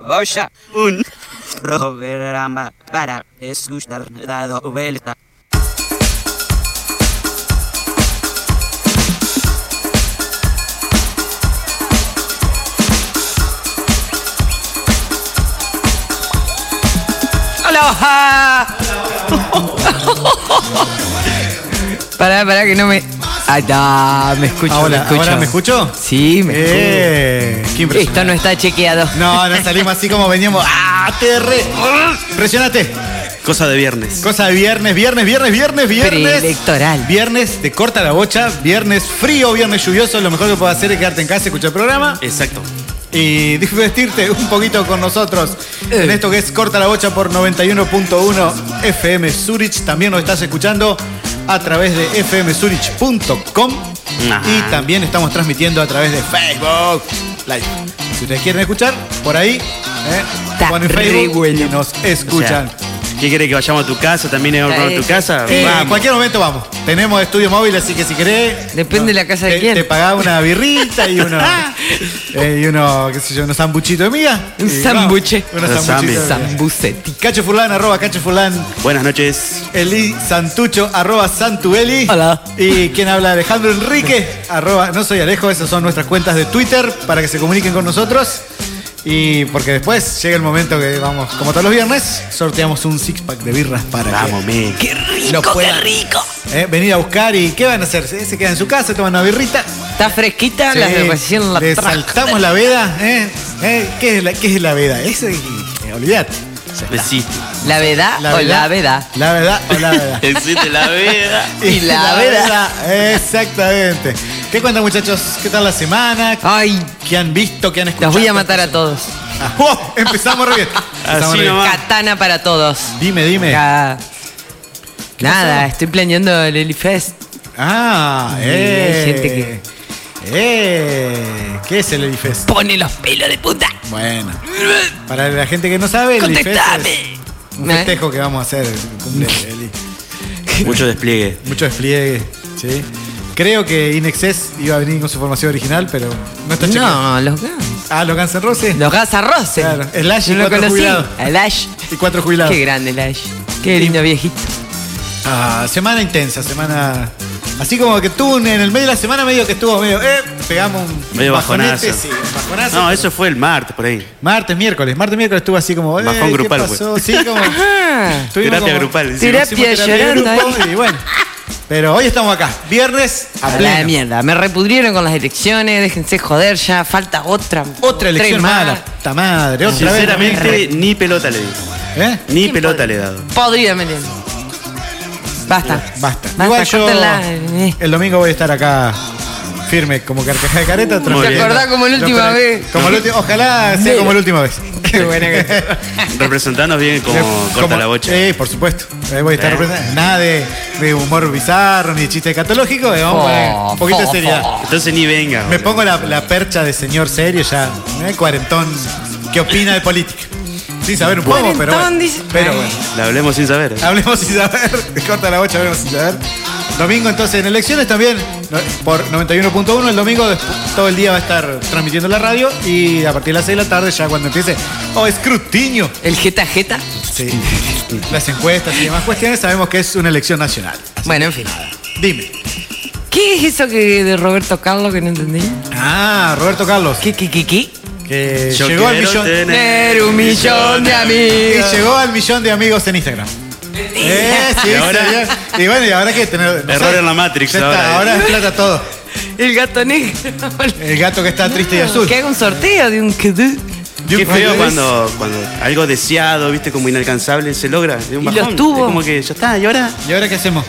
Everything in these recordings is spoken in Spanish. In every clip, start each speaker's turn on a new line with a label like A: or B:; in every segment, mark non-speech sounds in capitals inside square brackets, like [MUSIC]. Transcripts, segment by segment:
A: Borja, un programa para escuchar dado vuelta.
B: [LAUGHS]
C: Hola. pará, pará que no me. Ahí está, me escucho. me
B: Ahora,
C: escucho.
B: Ah, ¿ahora me escucho?
C: Sí, me
B: Eh, qué
C: escucho. Esto
B: impresionante.
C: no está chequeado.
B: No, no salimos así como
C: [LAUGHS]
B: veníamos. ¡Ah, te re! Impresionate.
D: Cosa de viernes.
B: Cosa de viernes, viernes, viernes, viernes, viernes.
C: Preelectoral.
B: Viernes te corta la bocha, viernes frío, viernes lluvioso. Lo mejor que puedes hacer es quedarte en casa, escuchar el programa
D: Exacto.
B: y divertirte un poquito con nosotros en
C: Eh.
B: esto que es Corta la Bocha por 91.1 FM Zurich. También nos estás escuchando a través de fmzurich.com
D: Ajá.
B: y también estamos transmitiendo a través de Facebook Live. Si ustedes quieren escuchar, por ahí, eh,
C: Está
B: ponen
C: re
B: Facebook
C: bueno.
B: y nos
D: O sea,
B: escuchan.
D: ¿Qué quiere que vayamos a tu casa? ¿También es a tu casa?
B: Eh, en
D: Ah, Vamos.
B: cualquier momento vamos. Tenemos estudio móvil, así que si querés.
C: Depende de la casa de
B: te-
C: quién.
B: Te pagaba una birrita y
C: [LAUGHS]
B: uno. eh, y uno, qué sé yo, unos sambuchitos de miga.
C: Un
B: y
C: sambuche.
B: vamos, Unos
D: Los
B: sambuchitos. de miga.
C: Zambucetti.
B: Cacho Fulán, arroba Cacho Fulán.
D: Buenas noches.
B: Eli Santucho, arroba Santueli.
C: Hola.
B: Y quien habla, Alejandro Enrique, arroba No Soy Alejo. Esas son nuestras cuentas de Twitter para que se comuniquen con nosotros. Y porque después llega el momento que vamos, como todos los viernes, sorteamos un six pack de birras para que
D: Vamos, me.
B: lo puedan, eh, venir a buscar y ¿qué van a hacer? Se se quedan en su casa, toman una birrita.
C: Está fresquita, la
B: Sí,
C: recién la
B: le
C: trajo.
B: saltamos la veda. ¿eh? ¿eh? ¿Qué, es la, qué es la veda? Eso, eh, olvidate.
D: Existe.
B: [LAUGHS]
C: La verdad o la verdad.
B: La verdad o la veda.
D: Existe la vida.
C: [LAUGHS]
B: [LAUGHS]
C: Y la veda.
B: veda, Exactamente. ¿Qué cuentan muchachos? ¿Qué tal la semana?
C: Ay,
B: ¿Qué han visto? ¿Qué han escuchado?
C: los voy a matar a todos.
B: Ah, ¡oh!
C: [LAUGHS]
B: Empezamos re bien. Empezamos
D: Así
B: re bien.
D: nomás.
C: Katana para todos.
B: Dime, dime.
C: Acá- Nada,
B: Eh. pasó?
C: estoy planeando el Eli Fest.
B: Ah,
C: Y
B: eh.
C: hay gente que-
B: Eh, ¿Qué es el Elifest?
C: Pone los pelos de punta.
B: Bueno, para la gente que no sabe, el Elifest
C: ¡Contestame! ¿Eh?
B: es un festejo que vamos a hacer. el cumple de Eli.
D: [LAUGHS] Mucho despliegue.
B: Mucho despliegue, ¿sí? Creo que Inexcess iba a venir con su formación original, pero no está chequeado.
C: No, los Guns.
B: Ah, los Guns N' Roses.
C: Los Guns Arroz. eh.
B: Claro, el Ash y
C: Yo lo
B: cuatro
C: conocí.
B: jubilados.
C: El Ash.
B: Y cuatro jubilados.
C: Qué grande el Ash. Qué lindo viejito.
B: Ah, semana intensa, semana. Así como que tú en el medio de la semana medio que estuvo medio, eh, pegamos un
D: Medio bajonazo.
B: bajonete, sí, un bajonazo.
D: No, eso fue el martes por ahí.
B: Martes, miércoles, martes, miércoles estuvo así como, eh,
D: Bajón
B: ¿qué
D: grupal, pues.
B: pasó?
D: fue.
B: Sí,
D: [LAUGHS]
B: como
C: Ah,
B: estuvimos
D: Terapia
B: como-
D: grupal.
B: hicimos
D: encima.
C: Terapia
B: terapia de
C: llorando
B: grupo y bueno. Pero hoy estamos acá, viernes a
C: a
B: pleno.
C: la mierda. Me repudrieron con las elecciones. Déjense joder ya. Falta otra.
B: Otra
C: tres
B: elección
C: más.
B: mala, puta madre, otra vez.
D: Sinceramente, ni pelota le di.
B: ¿Eh?
D: Ni pelota le he dado.
C: Podrida, me Basta.
B: Basta.
C: Basta,
B: Igual yo
C: córtenla, eh.
B: el domingo voy a estar acá firme como carcajada de careta.
D: bien.
B: tranquilo.
D: ¿Te
C: acordás como la
B: Yo
C: última
B: creo-
C: vez?
B: Como la ulti- ojalá sea como la última vez. Qué buena que
D: Representanos
B: [LAUGHS]
D: bien [LAUGHS] como corta la bocha.
B: Sí, por supuesto. Ahí voy a estar
D: Eh.
B: representando. Nada de, de humor bizarro ni de chiste escatológico. eh, Vamos a poner
C: Oh,
B: un poquito de
C: oh,
B: seriedad.
C: oh.
D: Entonces ni venga.
B: Me
D: boludo.
B: pongo la, la percha de señor serio ya, eh, cuarentón, que opina de política. Sin saber un poco, pero
C: Cuarentón,
B: bueno.
C: dice-
B: Pero
C: Ay.
B: bueno.
D: La hablemos sin saber. ¿eh?
B: Hablemos sin saber. [LAUGHS] Corta la bocha, hablemos sin saber. Domingo entonces en elecciones también no- por 91.1 el domingo despu- todo el día va a estar transmitiendo la radio y a partir de las 6 de la tarde ya cuando empiece oh escrutinio
C: El Jeta Jeta.
B: Sí. las encuestas y demás cuestiones sabemos que es una elección nacional
C: Bueno, en fin.
B: dime
C: ¿Qué es eso que de Roberto Carlos que no entendí?
B: ah Roberto Carlos
C: ¿Qué, qué, qué, qué?
B: que
D: Yo
B: llegó al
D: quiero
B: millón
D: tener
C: un millón de
B: que
C: amigos.
B: llegó al millón de amigos en Instagram Eh, sí,
D: Y ahora-
B: señor. y bueno y ahora que tener no
D: Error en la Matrix
B: ya está,
D: ahora, eh.
B: ahora es plata todo
C: El gato negro.
B: el gato que está triste y azul
C: Que haga un sorteo de un
B: De un
D: Qué
B: país.
D: feo cuando, cuando algo deseado, viste, como inalcanzable, se logra. De un
C: Y
D: bajón.
C: los tuvo.
D: Es como que ya está, y ahora
B: ¿Y ahora qué hacemos?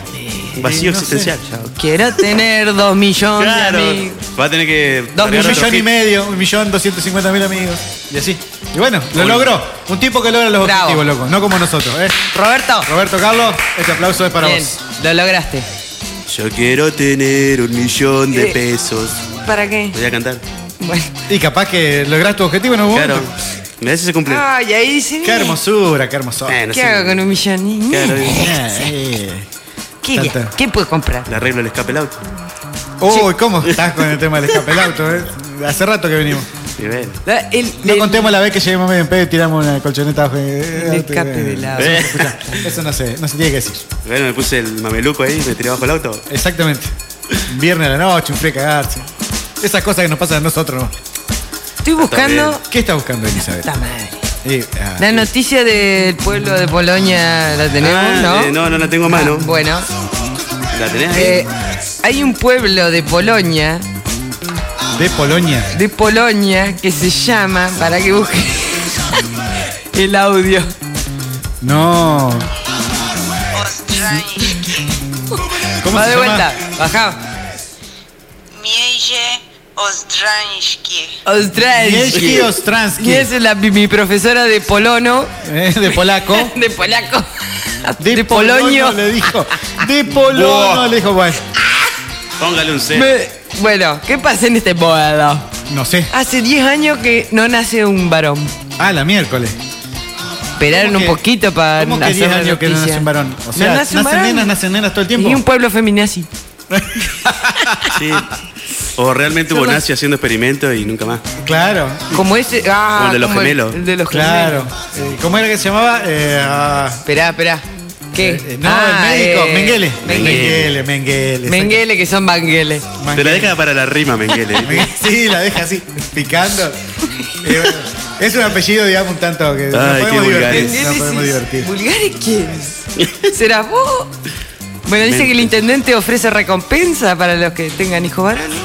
D: vacío
B: Eh, no
D: existencial. Chao.
C: Quiero tener dos millones
D: Claro,
C: de amigos.
D: va a tener que.
C: Dos
D: cargar
B: Un
C: Claro,
D: otro
B: millón y
D: hit.
B: medio, un millón doscientos cincuenta mil amigos. Y así. Y bueno, lo
D: Uy.
B: logró. Un tipo que logra los
C: Bravo.
B: objetivos, loco. No como nosotros, ¿eh?
C: Roberto,
B: Roberto Carlos, este aplauso es para
C: bien,
B: vos.
C: lo lograste.
D: Yo quiero tener un millón de
C: Eh.
D: pesos.
C: ¿Para qué?
D: Voy a cantar.
C: Bueno.
B: Y capaz que lográs tu objetivo en algún
D: Claro.
B: momento.
D: Me veces se cumple.
C: Ay, ahí dice.
B: Qué hermosura, qué hermosura.
D: Eh, no
C: Ah, ¿Qué
D: sé.
C: hago con un millón?
D: Claro,
B: Eh.
C: ¿Qué,
B: Tanta.
C: ¿Qué puedes comprar?
D: Le arreglo el escape del auto.
B: Uy, ¿cómo estás con el tema del escape del auto? eh? Hace rato que venimos.
D: Y ven.
C: La- el,
B: No
C: el-
B: contemos la vez que lleguemos medio en pedo y tiramos una colchoneta. eh,
C: el escape de la.
D: Eh.
B: [LAUGHS] Eso no sé, no se tiene que decir.
D: Bueno, me puse el mameluco ahí, me tiré bajo el auto.
B: Exactamente. Un Viernes a la noche, un frío cagarse. Esas cosas que nos pasan a nosotros nomás.
C: Estoy buscando.
B: ¿Qué estás buscando, Elizabeth?
C: Puta madre.
B: Eh, ah,
C: La noticia del pueblo de Polonia la tenemos,
D: Ah,
C: ¿no?
D: eh, no, no la tengo más,
C: Ah,
D: ¿no?
C: Bueno,
D: ¿La tenés ahí?
C: eh, hay un pueblo de Polonia,
B: de Polonia.
C: de Polonia, que se llama, para que
B: [LAUGHS]
C: busque el audio.
B: No. ¿Cómo
C: Va
B: se
C: de
B: llama?
C: vuelta, baja.
E: Mieje Ozdrańskie.
C: Ostransky.
B: Mielski Ostransky.
C: Y esa es la, mi mi profesora de polono,
B: Eh,
C: [LAUGHS]
B: de polaco.
C: de polaco, de,
B: De,
C: polonio.
B: polono le dijo. De polono
D: Wow.
B: le dijo, bueno.
D: Póngale un C.
C: Me- bueno, ¿qué pasa en este pueblo?
B: No sé.
C: Hace 10 años que no nace un varón.
B: Ah, la miércoles.
C: Esperaron
B: ¿Cómo
C: un
B: que-
C: poquito para
B: ¿Cómo que 10
C: Ah, la
B: años que no
C: noticia.
B: nace un varón? O
C: No
B: sea,
C: nace un
B: nacen
C: varón.
B: nenas, nacen nenas todo el tiempo.
C: Y un pueblo feminazi.
D: Sí. O realmente hubo
C: Son las-
D: nazi haciendo experimentos y nunca más.
B: Claro.
C: Como ese. Ah,
D: O el de los
C: como
D: gemelos.
C: El, de los
B: Claro.
C: gemelos.
B: Eh, ¿Cómo era que se llamaba? Eh, ah,
C: Esperá, esperá. ¿Qué?
B: eh, no,
C: Ah,
B: el médico.
C: eh,
B: Menguele. Menguele,
D: Mengele.
B: Menguele.
C: Menguele, que son banguele.
B: Manguele.
D: Te la deja para la
C: [LAUGHS]
D: rima, Menguele.
B: [LAUGHS] Sí, la deja así, picando. Eh, bueno, es un apellido, digamos, un tanto que
D: Ay,
B: nos
D: qué
B: podemos divertir.
D: vulgares.
B: Nos podemos divertir.
C: ¿Vulgares [LAUGHS] quién? ¿Serás vos? Bueno, dice
D: Mente.
C: que el intendente ofrece recompensa para los que tengan hijos varones.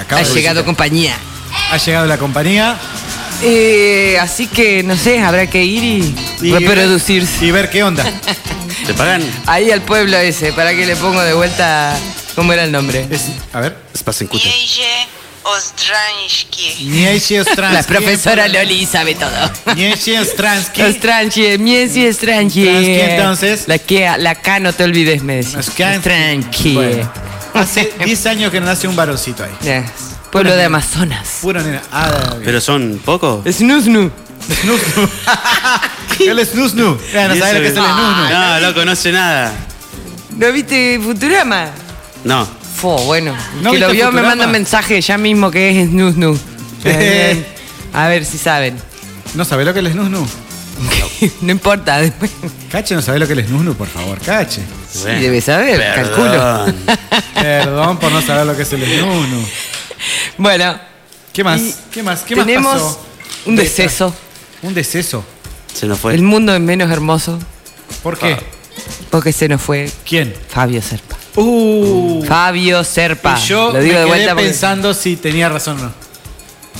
B: Acaba
C: Ha
B: de
C: llegado compañía.
B: visitar. Ha llegado la compañía.
C: Eh, así que, no sé, habrá que ir y, reproducirse.
B: Y ver qué onda.
D: ¿Te pagan?
C: Ahí al pueblo ese, para que le pongo de vuelta cómo era el nombre.
B: Es- a ver.
D: Spasenkuten.
E: Mieje Ozdrańskie.
B: Nietzsche Stransky.
C: La profesora
B: eh,
C: Loli sabe todo.
B: Nietzsche Stransky.
C: Es tranqui, Miesi es tranqui.
B: Tranqui, entonces.
C: La, que, la K no te olvides, me decía.
B: Es que-
C: Tranqui.
B: Bueno, hace 10 años que no nace un varoncito ahí.
C: Yes. Pueblo de Amazonas.
B: Puro nena. Ah, bien.
D: ¿Pero son pocos?
C: Eh, Snusnu.
B: El snusnu. Ya, no
D: ¿Y
B: sabés lo
D: eso?
B: que es Ah. el snusnu.
D: No, loco, no sé nada.
C: ¿No viste Futurama?
D: No.
C: Fo, bueno. El
B: ¿No
C: que lo
B: viste
C: vio me
B: Futurama?
C: manda un mensaje ya mismo que es Snusnu.
B: Eh.
C: A ver si saben. [LAUGHS]
B: No sabés lo que es el snusnu.
C: no importa. después-
B: Cache, no sabés lo que es el snusnu, por favor.
C: [LAUGHS]
B: Cache.
C: Sí, debe saber,
D: Perdón.
C: calculo. [LAUGHS]
B: Perdón por no saber lo que es el snusnu.
C: bueno,
B: ¿Qué más?
C: Y
B: ¿Qué más? ¿Qué
C: tenemos
B: más pasó?
C: un
B: De-
C: deceso.
B: Un deceso.
D: Se nos fue.
C: El mundo es menos hermoso
B: ¿Por qué?
C: Ah. porque se nos fue
B: ¿Quién?
C: Fabio Serpa.
B: Uh.
C: Fabio Serpa.
B: y yo
C: lo digo
B: me
C: de
B: quedé
C: vuelta porque-
B: pensando si tenía razón o no.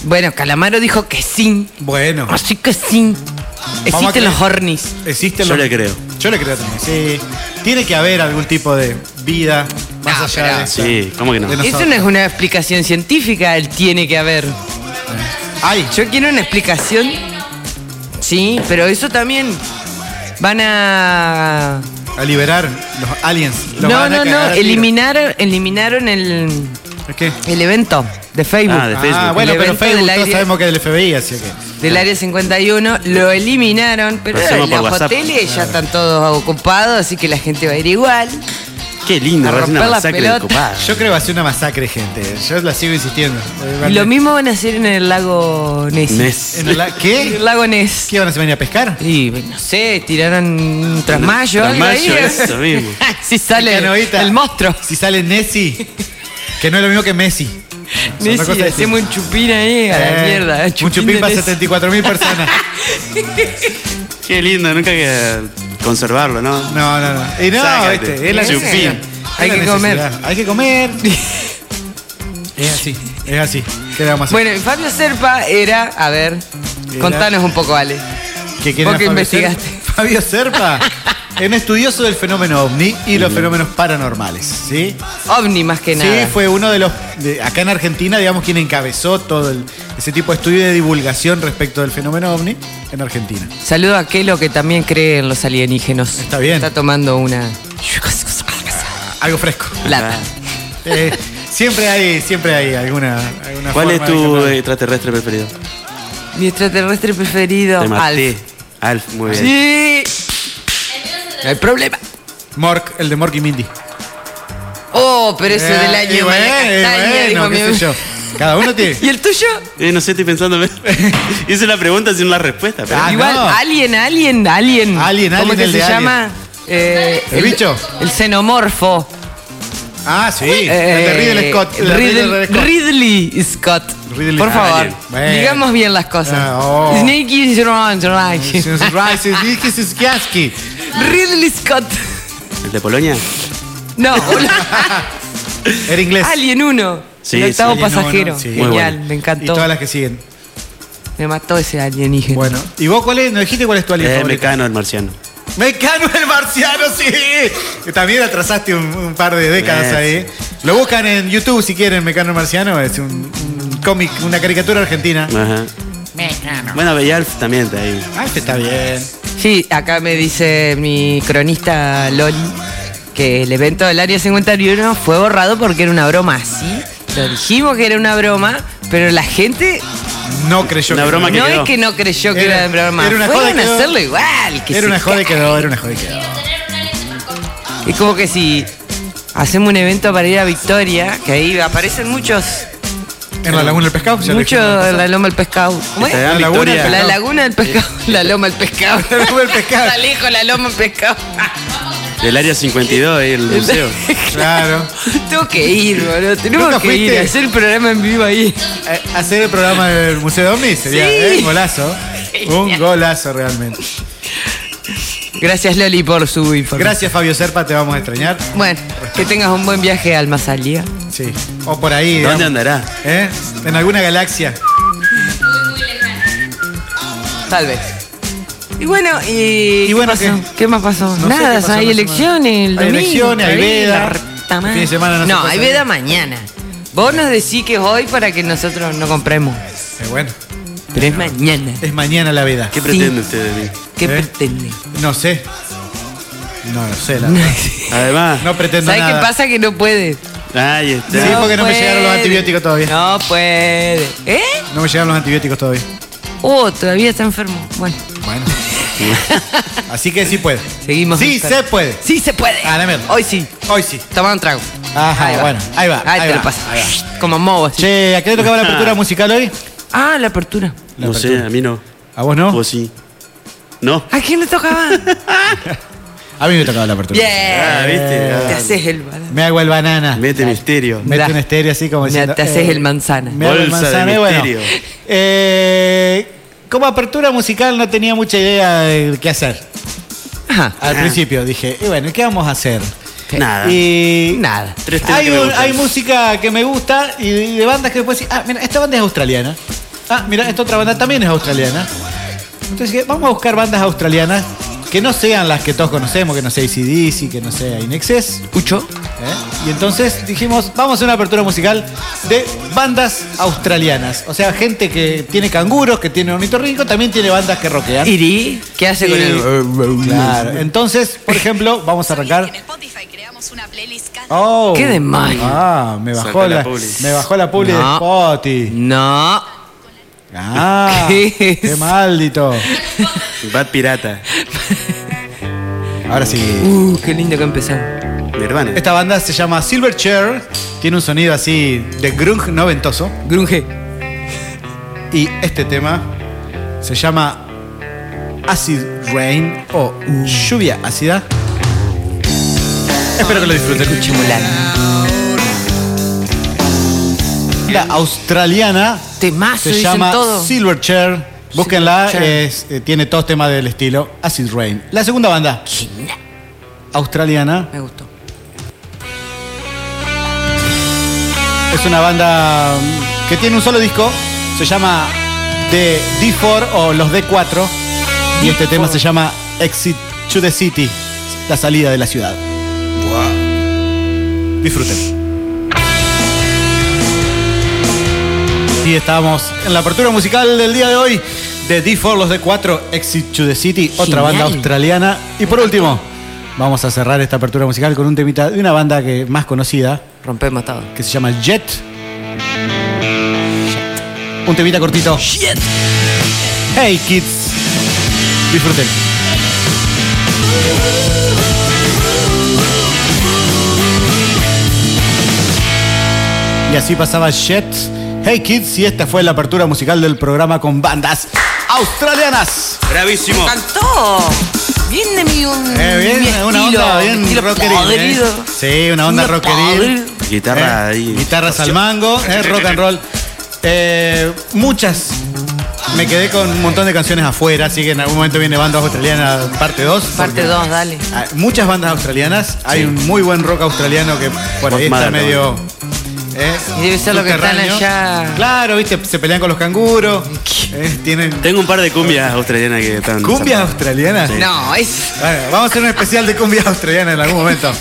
C: Bueno, Calamaro dijo que sí.
B: Bueno,
C: Así que sí.
B: a
C: Existen
B: creer.
C: los hornis.
B: existe
D: Yo
B: lo-
D: le creo.
B: Yo le creo también. Sí. Tiene que haber algún tipo de vida más
C: No,
B: allá
C: pero-
B: de esta.
D: Sí, ¿cómo que no?
B: De nosotros.
C: Eso no es una explicación científica, él tiene que haber.
B: Ay,
C: Yo quiero una explicación. Sí, pero eso también van a.
B: a liberar los aliens. Los
C: no,
B: van a
C: no,
B: cagar
C: no.
B: a tiro.
C: Eliminaron, eliminaron el,
B: ¿Por ¿Qué?
C: el evento de Facebook.
D: Ah, de Facebook.
B: Ah, bueno,
C: El
B: pero
C: evento
B: Facebook
C: del
B: todos
C: aire-
B: sabemos que es del FBI, así que.
C: del área 51 lo eliminaron, pero
D: Lo hacemos por
C: los
D: WhatsApp.
C: hoteles ya están todos ocupados, así que la gente va a ir igual.
D: Qué lindo,
C: A
D: va a ser una
C: romper la
D: masacre de
C: pelota.
D: copadas.
B: Yo creo que va a ser una masacre, gente. Yo la sigo insistiendo. Eh,
C: Y lo mismo van a hacer en el lago Ness.
D: Nes.
B: en
C: [LAUGHS]
B: el-
C: En
B: ¿Qué?
C: el lago Ness.
B: ¿Qué van a venir a pescar?
C: Y no sé, tiraron un trasmayo. algo
D: Trasmayo,
C: ahí.
D: eso
C: [LAUGHS]
D: mismo.
C: si sale
B: Canoita.
C: el monstruo.
B: Si sale Nessie, que no es lo mismo que Messi. Son dos
C: Messi,
B: cosas
C: hacemos
B: distintas.
C: un chupín ahí a la
B: Eh,
C: mierda.
B: Un chupín
C: de
B: para
C: Ness.
B: 74
C: [LAUGHS]
B: mil personas.
D: Qué lindo, nunca hay que conservarlo, ¿no?
B: No, no, no. Y no,
D: Sácate.
B: este, es la
D: Chupín.
B: necesidad.
C: Hay
B: Es la
C: que comer.
B: necesidad. Hay que
C: [LAUGHS]
B: comer. Es así, es así. ¿Qué le vamos a hacer?
C: Bueno, y Fabio Serpa era, a ver,
B: Era-
C: contanos un poco, Ale.
B: ¿Qué quieren
C: vos que
B: a Fabio
C: investigaste.
B: Serpa? [LAUGHS]
C: [LAUGHS]
B: Fabio Serpa es un estudioso del fenómeno ovni y los fenómenos paranormales, ¿sí?
C: OVNI más que nada.
B: Sí, fue uno de los, de- acá en Argentina, digamos, quien encabezó todo el- ese tipo de estudio y de divulgación respecto del fenómeno ovni en Argentina.
C: Saludo a Kelo que también cree en los alienígenos.
B: Está bien.
C: Está tomando una [LAUGHS]
B: Algo fresco.
C: lata.
B: Eh, siempre hay, siempre hay alguna, alguna
D: ¿Cuál es
B: forma de
D: tu eh?
B: encontrar-
D: extraterrestre preferido?
C: Mi extraterrestre preferido,
D: Te maté.
C: Alf.
D: Alf, muy bien.
C: Sí. No hay problema.
B: Mork, el de Mork y Mindy.
C: Oh, pero eso
B: Eh,
C: del
B: y
C: año
B: bueno,
C: Mala
B: Eh, y
C: Castaña,
B: bueno,
C: dijo
B: qué
C: mi-
B: sé yo. Cada uno tiene.
C: [LAUGHS] ¿Y el tuyo?
D: Eh, no sé, estoy pensando. [LAUGHS] Hice la pregunta sin la respuesta. Pero...
B: Ah,
C: Igual,
B: no.
C: Alien, Alien, Alien.
B: Alien,
C: ¿Cómo
B: Alien,
C: que
B: el
C: se
B: de Alien.
C: llama? Eh,
B: ¿El bicho?
C: El xenomorfo.
B: Ah, sí.
C: Eh,
B: el de Ridley Scott. el de
C: Ridley
B: Ridley
C: Scott.
B: Scott.
C: Ridley Scott.
B: Ridley
C: Por
B: Scott.
C: favor,
D: Alien.
B: Bueno.
C: digamos bien las cosas.
B: Ah, oh.
C: Snake is wrong, right.
B: Since Rice is Dick is Kiaski.
C: [LAUGHS] Ridley Scott.
D: ¿El de Polonia?
B: [LAUGHS]
C: No, hola.
B: Era inglés.
C: Alien 1.
D: Sí,
C: el
D: sí,
C: octavo
D: Alien
C: pasajero.
B: 1, sí.
D: Muy
C: Genial,
D: bueno.
C: me
B: Y
C: encantó.
B: todas las que siguen.
C: Me mató ese alienígena.
B: Bueno. ¿Y vos cuál es? ¿No dijiste cuál es tu alien
D: Eh,
B: favorito?
D: Mecano, el marciano.
B: Mecano el marciano, sí. Que También atrasaste un, un par de décadas
D: Eh,
B: ahí. Lo buscan en YouTube si quieren, Mecano el marciano. Es un, un cómic, una caricatura argentina.
D: Ajá. Bueno, Bellalf también está ahí.
B: Ah, este está bien.
C: Sí, acá me dice mi cronista Loli que el evento del Área 51 fue borrado porque era una broma. Sí, lo dijimos que era una broma, pero la gente
B: No creyó
D: Una
B: que
D: broma
C: no
D: quedó.
C: es que no creyó que
B: Era-
C: era, una broma.
B: era una joda
C: Fueron a
B: que quedó.
C: hacerlo igual. que
B: Era
C: se
B: una joda y
C: cague.
B: quedó, era una joda y quedó.
C: Es como que si hacemos un evento para ir a Victoria, que ahí aparecen muchos,
B: En la Laguna del Pescado. ya lo
C: muchos
B: dijimos.
C: la loma del pescado. ¿Cómo es?
D: Está
B: La laguna,
D: Victoria.
C: La laguna del pescado, [LAUGHS] la loma del pescado.
B: La loma del pescado.
C: [LAUGHS] Está lejos la loma del pescado.
D: Del área 52, ahí el museo.
B: Claro.
C: Tengo que ir, boludo. Tenemos
B: ¿Nunca
C: que ir
B: fuiste?
C: a hacer el programa en vivo ahí.
B: Eh, Hacer el programa del Museo de Omni sería
C: Sí.
B: eh, un golazo. Un golazo realmente.
C: Gracias, Loli, por su información.
B: Gracias, Fabio Serpa, te vamos a extrañar.
C: Bueno, que tengas un buen viaje al ¿eh? Masalía.
B: Sí. O por ahí.
D: ¿Dónde
B: digamos.
D: andará?
B: ¿Eh? En alguna galaxia.
C: Tal vez. Y bueno, y,
B: Y bueno,
C: ¿qué, pasó?
B: ¿qué?
C: ¿Qué más pasó?
B: No sé
C: Nada,
B: qué pasó
C: hay
B: la
C: elecciones, el
B: semana. Hay
C: domingo,
B: elecciones, hay
C: está bien,
B: veda.
C: la reta
B: El
C: madre.
B: fin de semana no se puede
C: hay
B: salir.
C: veda mañana. Vos nos decís que es hoy para que nosotros no compremos.
B: Eh, bueno,
C: Pero es mañana.
B: es mañana la vida.
D: ¿Qué
C: Sí.
D: pretende usted de mí?
C: ¿Qué
B: ¿Eh?
C: pretende?
B: No sé. No lo sé,
C: [LAUGHS]
B: la verdad.
D: Además,
B: No pretendo
C: ¿Sabes qué
B: nada.
C: pasa? Que no puede.
D: ahí está.
B: Sí, porque no me
C: puede.
B: llegaron los antibióticos todavía.
C: No puede. ¿Eh?
B: No me llegaron los antibióticos todavía.
C: Oh, todavía está enfermo. Bueno,
B: Bueno. Así que sí puede.
C: seguimos.
B: Sí
C: enfermos.
B: se puede.
C: [LAUGHS] Sí se puede.
B: Ah, dame.
C: Hoy sí.
B: Hoy sí.
C: Toma un trago.
B: Ajá, bueno, ahí va,
C: Ahí,
B: ahí
C: te
B: va,
C: lo pasa.
B: ahí
C: Como mobo. así.
B: Che, ¿a qué le tocaba la apertura musical hoy?
C: Ah, la apertura.
D: No
B: La
D: sé,
B: apertura.
D: a mí no.
B: ¿A vos no?
D: ¿Vos sí? No.
C: ¿A quién le tocaba?
B: [LAUGHS] A mí me tocaba la apertura.
D: Ah,
C: Bien.
D: viste.
C: Te
D: Ah,
C: haces el balado.
B: Me hago el banana.
D: mete misterio.
B: Mete
C: Da.
B: un estéreo así como
C: Me-
B: diciendo. eh,
C: te haces el manzana.
B: Me hago el
D: Bolsa de
B: manzana, y bueno.
D: misterio.
B: Eh, como apertura musical no tenía mucha idea de qué hacer.
C: Ajá.
B: Al
D: Ah.
B: principio dije, y bueno, ¿qué vamos a hacer?
D: Nada.
B: Y
C: Ah. Nada.
D: Tres temas
B: hay,
D: que me
B: un-
D: gustan.
B: hay música que me gusta y de, de bandas que después decís, ah, mira, esta banda es australiana. Ah, mira, esta otra banda también es australiana. Entonces dije, vamos a buscar bandas australianas que no sean las que todos conocemos, que no sea ACDC, que no sea Inexcess.
C: ¿Pucho?
B: ¿eh? Y entonces dijimos, vamos a hacer una apertura musical de bandas australianas. O sea, gente que tiene canguros, que tiene ornitorrinco, también tiene bandas que rockean.
C: ¿Iri? ¿Qué hace con
B: Y-
C: el.?
B: Claro. Entonces, por ejemplo, vamos a arrancar.
F: En Spotify creamos una playlist cada
B: Oh.
C: ¡Qué demonio!
B: Ah, me bajó
D: Sacó la
B: la,
D: publi.
B: me bajó la publi de
C: No.
B: Spotty.
C: No.
B: Ah,
C: [LAUGHS] ¿Qué
B: qué,
C: es?
B: maldito.
D: Bad Pirata.
B: Ahora sí.
C: Uh, qué lindo que empezamos.
D: Nirvana.
B: Esta banda se llama Silverchair, tiene un sonido así de grunge noventoso
C: Grunge.
B: y este tema se llama Acid Rain o lluvia ácida. Espero que lo disfruten.
C: Chimular.
B: La australiana
C: Temazo,
B: se
C: dicen
B: llama
C: todo.
B: Silverchair. Búsquenla,
C: Silverchair.
B: es- eh, tiene todos temas del estilo Acid Rain. La segunda banda
C: Genial.
B: australiana
C: Me gustó.
B: Es una banda mm, que tiene un solo disco, se llama The D4 o los D4 y este tema se llama Exit to the City, la salida de la ciudad. Disfruten. Y estábamos en la apertura musical del día de hoy de D4, los D4, Exit to the City,
C: Genial.
B: otra banda australiana. Y por último, vamos a cerrar esta apertura musical con un temita de una banda que más conocida,
C: Rompemos todo.
B: que se llama Jet. Un temita cortito. Hey kids. Disfruten. Y así pasaba Jet Hey Kids, y esta fue la apertura musical del programa con bandas australianas.
D: Bravísimo.
C: Cantó. Bien de mí un.
B: Eh, bien,
C: mi
B: una
C: estilo,
B: onda
C: mi
B: bien
C: estilo
B: rockeril. eh.
C: podrido.
B: Sí, una onda
C: Estilo
B: rockeril.
C: podrido.
B: Eh,
D: Guitarra ahí.
B: Guitarras al mango, eh, rock and roll. Eh, muchas. Me quedé con un montón de canciones afuera, así que en algún momento viene bandas australianas parte 2.
C: Parte 2, dale.
B: Muchas bandas australianas. Hay un muy buen rock australiano que por ahí
D: Rock
B: está
D: Mother,
B: medio. eh,
C: Y debe ser lo que están
B: subterráneo.
C: allá.
B: Claro, viste, se pelean con
C: [LAUGHS]
B: los canguros. eh, tienen.
D: Tengo un par de cumbias australianas que están.
B: ¿Cumbias australianas?
C: No, es.
B: Bueno, vamos a hacer un especial de cumbias australianas en algún momento.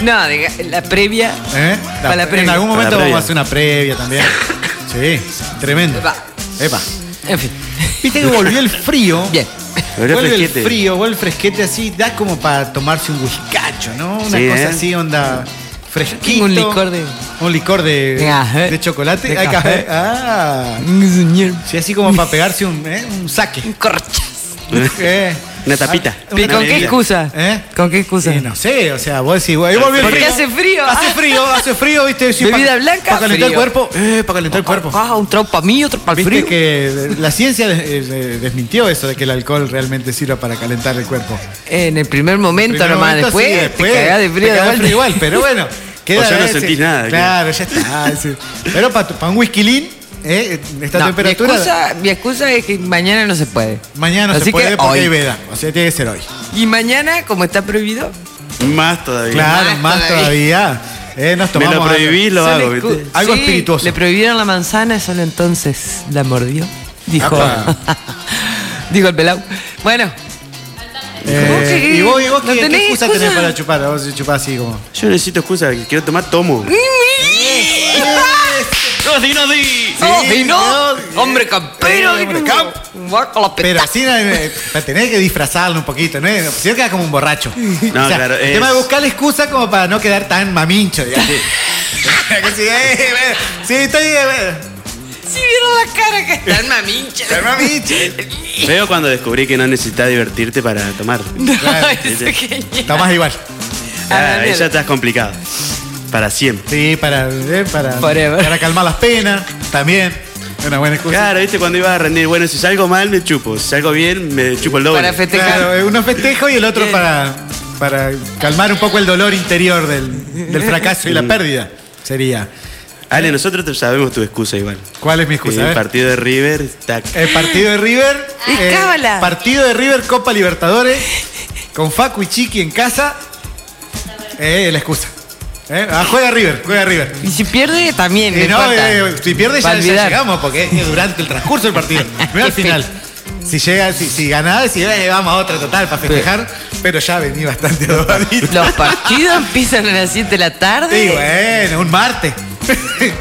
C: No, diga- la previa.
B: ¿Eh?
C: Para la
B: en
C: previa.
B: algún momento
D: Para la
B: vamos a
D: previa.
B: hacer una previa también.
C: [LAUGHS]
B: Sí, tremendo.
C: Epa.
B: Epa.
C: En fin. [LAUGHS]
B: Viste que volvió el frío.
C: Bien.
D: Volvió el
B: Vuelve el
D: fresquete.
B: frío, vuelve el fresquete así, da como para tomarse un whiskacho, ¿no? Una
D: Sí,
B: cosa
D: ¿eh?
B: así, onda fresquito.
C: Tengo un licor de-
B: Un licor de...
C: De café.
B: de chocolate.
C: De
B: Ay,
C: café.
B: café. Ah. Sí, así como para pegarse un, ¿eh? un
D: [LAUGHS]
B: saque.
C: Un corchazo.
B: Eh,
D: Una tapita.
B: ah,
C: ¿Y
B: una
C: ¿Con qué
B: bebida.
C: excusa?
B: ¿Eh?
C: ¿Con qué excusa?
B: Sí, no sé, o sea, vos decís, güey, ahí volvió el
C: Porque
B: frío.
C: hace frío.
B: Hace
C: Ah.
B: frío, hace frío, viste. Sí,
C: ¿Bebida
B: pa-
C: blanca?
B: Para calentar el
C: Frío.
B: cuerpo. Eh, para calentar el cuerpo.
C: Ah, un trago para mí, otro para el
B: Viste
C: frío.
B: que la ciencia de- eh, de- desmintió eso de que el alcohol realmente sirva para calentar el cuerpo.
C: En el primer momento
B: Primer
C: nomás,
B: momento,
C: después,
B: sí,
C: te cagás de
B: te
C: frío de
B: cagás
C: vuelta.
B: frío igual, pero bueno.
C: [LAUGHS]
D: O ya no
B: ese-
D: sentís nada,
B: Claro, ya está. ese. Pero para un whisky eh, esta
C: No,
B: temperatura,
C: Mi excusa, mi excusa es que mañana no se puede.
B: mañana no
C: Así
B: se puede
C: que
B: porque
C: hoy.
B: hay veda. O sea, tiene que ser hoy.
C: Y mañana, como está prohibido,
D: Más todavía.
B: Claro,
C: más
B: más todavía. Eh, nos
D: Me
B: tomamos
D: lo
B: algo.
D: prohibí, lo
C: Sale
D: hago,
C: cu-
D: ¿viste?
B: Algo espirituoso.
C: Le prohibieron la manzana, solo entonces la mordió. Dijo.
B: Apa.
C: [LAUGHS] dijo el pelado. Bueno, ¿Cómo
B: Eh,
C: que-
B: ¿Y vos, y vos
C: no
B: qué, qué
C: tenés
B: excusa
C: excusa?
B: tenés para chupar? Vos si chupás así como.
D: Yo necesito excusa, que quiero tomar
B: [LAUGHS]
D: tomo. ¡No, di, no, di!
C: oh, y no,
B: no,
C: hombre campero,
B: eh, hombre
C: dijo,
B: camp.
C: va con la
B: Pero
C: peta-
B: así eh, para tener que disfrazarlo un poquito, ¿no? Si no quedas como un borracho.
D: No, claro,
B: El
D: es-
B: tema de buscar la excusa como para no quedar tan mamincho, digamos. [LAUGHS] Que sí, eh, eh, sí, estoy. eh,
C: Si vieron la cara que está en mamincha.
B: eh, mamincho.
D: Veo cuando descubrí que no necesitas divertirte para
B: [LAUGHS]
D: tomar.
C: [LAUGHS] No,
B: Claro.
C: eso es genial.
B: Tomás igual.
C: Ah,
D: Ah, ahí
C: Daniel.
D: ya estás complicado. Para siempre.
B: Sí, para, eh, para,
C: Forever.
B: para calmar las penas. También. Una buena excusa.
D: Claro, viste, cuando iba a rendir, bueno, si salgo mal, me chupo. Si salgo bien, me chupo el doble.
C: Para festejar.
B: Claro, eh, uno festejo y el otro
C: Bien.
B: para, para calmar un poco el dolor interior del, del fracaso y
D: Mm.
B: la pérdida. Sería.
D: Ale, nosotros te- sabemos tu excusa igual.
B: ¿Cuál es mi
D: Eh,
B: excusa? A
D: el
B: ver.
D: partido de River, tac.
B: El partido de River. eh,
C: Es cábala.
B: Partido de River, Copa Libertadores. Con Facu y Chiqui en casa. Eh, la excusa. Eh, ah, juega River, juega River.
C: Y si pierde, también.
B: Y
C: le
B: no,
C: importa.
B: eh, si pierde
C: Va a
B: ya, ya
C: olvidar.
B: llegamos, porque es durante el transcurso
C: [LAUGHS]
B: del partido. No al final. Si llega, si, si ganás, si eh, vamos a otra total para festejar, pero ya vení bastante adobadito.
C: Los
B: [LAUGHS]
C: partidos empiezan a las 7 de la tarde.
B: Sí, bueno, un martes.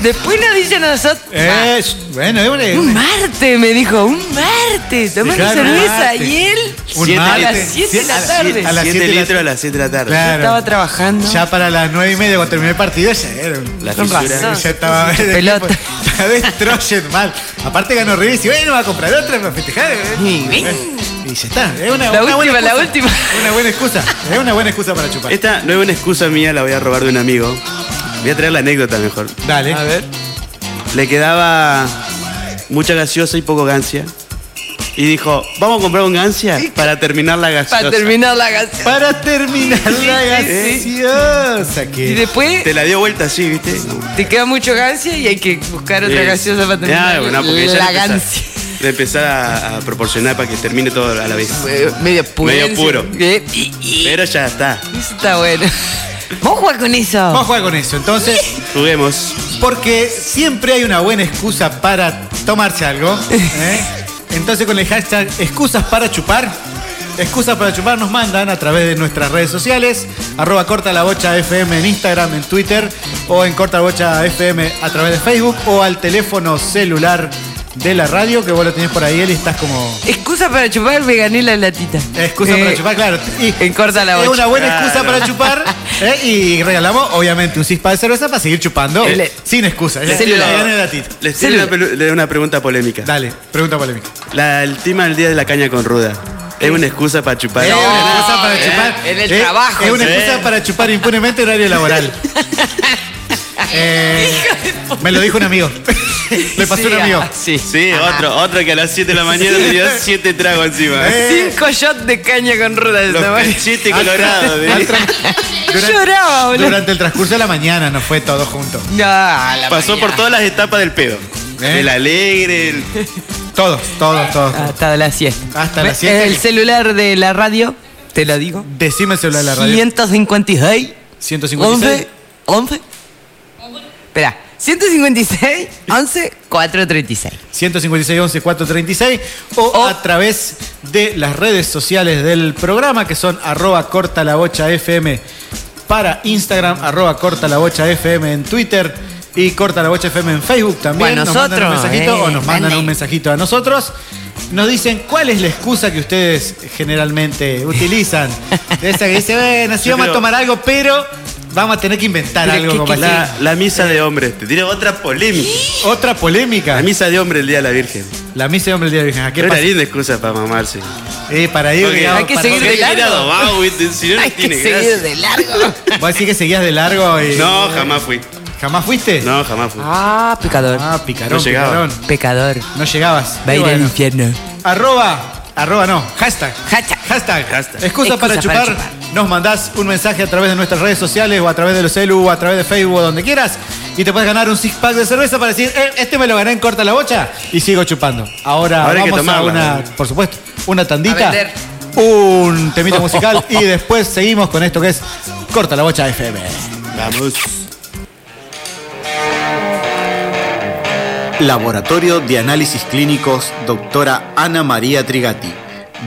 C: Después nos dicen a nosotros.
B: Eh, bueno, es una-
C: "Ah, Un martes, me dijo, un martes. Tomar
B: Claro,
C: cerveza
B: mate.
C: y él
B: Un
D: Siete-
C: a
B: mate.
C: las 7 de la tarde.
B: a las
D: Siete
B: siete de la-
D: litros a las 7 de la tarde.
B: Claro.
C: Estaba trabajando.
B: Ya para las nueve y media cuando terminé el partido ya era un-
D: La
C: Con
D: fisura.
C: razón.
B: Ya estaba
C: Pinche
B: [LAUGHS] el
C: pelota.
B: equipo- Ya destroyen mal. Aparte ganó River y dice, bueno, va a comprar otra para festejar. eh".
C: Y ven.
B: Y ya está. Es una,
C: La
B: una
C: última,
B: buena
C: la
B: excusa.
C: última.
B: Una buena excusa. Es una buena excusa para chupar.
D: Esta no es una excusa mía, la voy a robar de un amigo. Voy a traer la anécdota mejor.
B: Dale.
C: A ver.
D: Le quedaba mucha gaseosa y poco gancia. Y dijo, vamos a comprar un gancia para terminar la gaseosa.
C: Para terminar la canción.
B: Para terminar la
C: Sí,
B: gaseosa
C: Y
B: que...
C: después
D: Te la dio vuelta así, ¿viste?
C: te queda mucho gancia y hay que buscar otra
D: Eh,
C: gaseosa para terminar
D: ya, bueno, porque ya
C: la
D: le empezás-
C: gancia.
D: Le empezar a, a proporcionar para que termine todo a la vez.
C: Eh, Medio puro.
D: Medio puro.
C: y, y-
D: Pero ya está.
C: Eso está bueno. Vos jugás con
B: Vamos a
C: eso.
B: jugar con eso. Entonces,
D: Juguemos.
B: porque siempre hay una buena excusa para
C: [LAUGHS]
B: tomarse algo. ¿eh? Entonces con el hashtag excusas para chupar. Excusas para chupar nos mandan a través de nuestras redes sociales, arroba corta la bocha FM en Instagram, en Twitter, o en corta la bocha FM a través de Facebook, o al teléfono celular de la radio, que vos lo tenés por ahí, Eli, estás como...
C: Excusa para chupar, me gané la latita.
B: Excusa
C: Eh,
B: para chupar, claro. Y
C: en corta la
B: Es
C: bocha.
B: una buena excusa
D: Claro.
B: para
C: [LAUGHS]
B: chupar. ¿eh? Y regalamos, obviamente, un cispa de cerveza para seguir chupando.
C: El-
B: sin excusa.
C: el
B: Ya
C: celular.
B: le gané la tita.
D: Les tengo una, pelu- le- una pregunta polémica.
B: Dale, pregunta polémica.
D: La, el tema del día de la caña con ruda. ¿Es una excusa para chupar?
B: es una excusa para
C: eh,
B: chupar.
C: en el
B: eh,
C: trabajo,
B: Es una
D: eh.
B: excusa para
C: [LAUGHS] [LAUGHS]
B: chupar impunemente horario laboral. Eh, me lo dijo un amigo. Le pasó
C: Sí,
B: un amigo.
C: ah, Sí.
G: Sí, otro, otro que a las 7 de la mañana le dio 7 tragos encima.
B: Eh,
C: Cinco shots de caña con ruda.
G: Los cachetes colorados.
B: al
G: de-
B: tran-
C: Lloraba, boludo.
B: Durante el transcurso de la mañana nos fue todo junto.
C: No, a
G: [LAUGHS]
C: la
G: Pasó por
C: mañana.
G: todas las etapas del pedo.
B: Eh.
G: El alegre, el...
B: Todos, todos, todos.
C: Hasta la siesta.
B: Hasta la
C: Ve,
B: siesta.
C: El celular de la radio, te lo digo.
B: Decime el celular de la radio.
C: 156.
B: 156.
C: 11. 11. Espera. 156 11 436.
B: 156 11 436 o,
C: O-
B: a través de las redes sociales del programa que son arroba corta la bocha FM para Instagram, arroba corta la bocha FM en Twitter y corta la bocha FM en Facebook también.
C: O a
B: nos mandan un
C: nosotros,
B: mensajito
C: eh,
B: o nos mandan
C: manden.
B: un mensajito a nosotros. Nos dicen cuál es la excusa que ustedes generalmente utilizan. Esa que dice, bueno, sí
G: Yo
B: vamos
G: creo-
B: a tomar algo, pero vamos a tener que inventar
C: Mira,
B: algo.
C: ¿qué-
B: como
C: qué-
B: para-
G: La, la misa de hombres. Te tiene otra polémica.
B: Otra polémica.
G: La misa de hombre el Día de la Virgen.
B: La misa de hombre del día de la virgen. ¿A qué
G: Era una
B: pasa?
G: linda excusa para mamarse.
B: Eh, para ir
G: Porque-
B: digamos,
C: Hay que
B: para-
C: seguir
G: Porque
C: de
G: hay que ir
C: largo.
G: adobado, ¿viste? Si no, no
C: Hay que
G: tiene
C: seguir
G: gracia.
C: de largo.
B: ¿Vos decís que seguías de largo y.
G: No, jamás fui.
B: ¿Jamás fuiste?
G: No, jamás fui.
C: Ah, pecador.
B: Ah, picarón,
G: No llegaba.
B: picarón.
C: Pecador.
B: No llegabas.
C: Va a
B: Y
C: ir al
B: bueno.
C: infierno.
B: Arroba. Arroba no. Hashtag.
C: Hashtag.
B: Hashtag.
G: Hashtag.
B: Excusa para
C: Excusa
B: chupar.
C: para chupar.
B: Nos mandás un mensaje a través de nuestras redes sociales o a través de los celu o a través de Facebook o donde quieras. Y te puedes ganar un six pack de cerveza para decir, eh, este me lo gané en corta la bocha y sigo chupando. Ahora,
G: Ahora hay que
B: vamos a
G: tomarla.
B: una, por supuesto, una tandita,
C: A vender.
B: un temita musical
G: [LAUGHS]
B: y después seguimos con esto que es Corta la Bocha FM.
G: Vamos.
H: Laboratorio de Análisis Clínicos, doctora Ana María Trigati,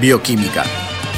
H: Bioquímica,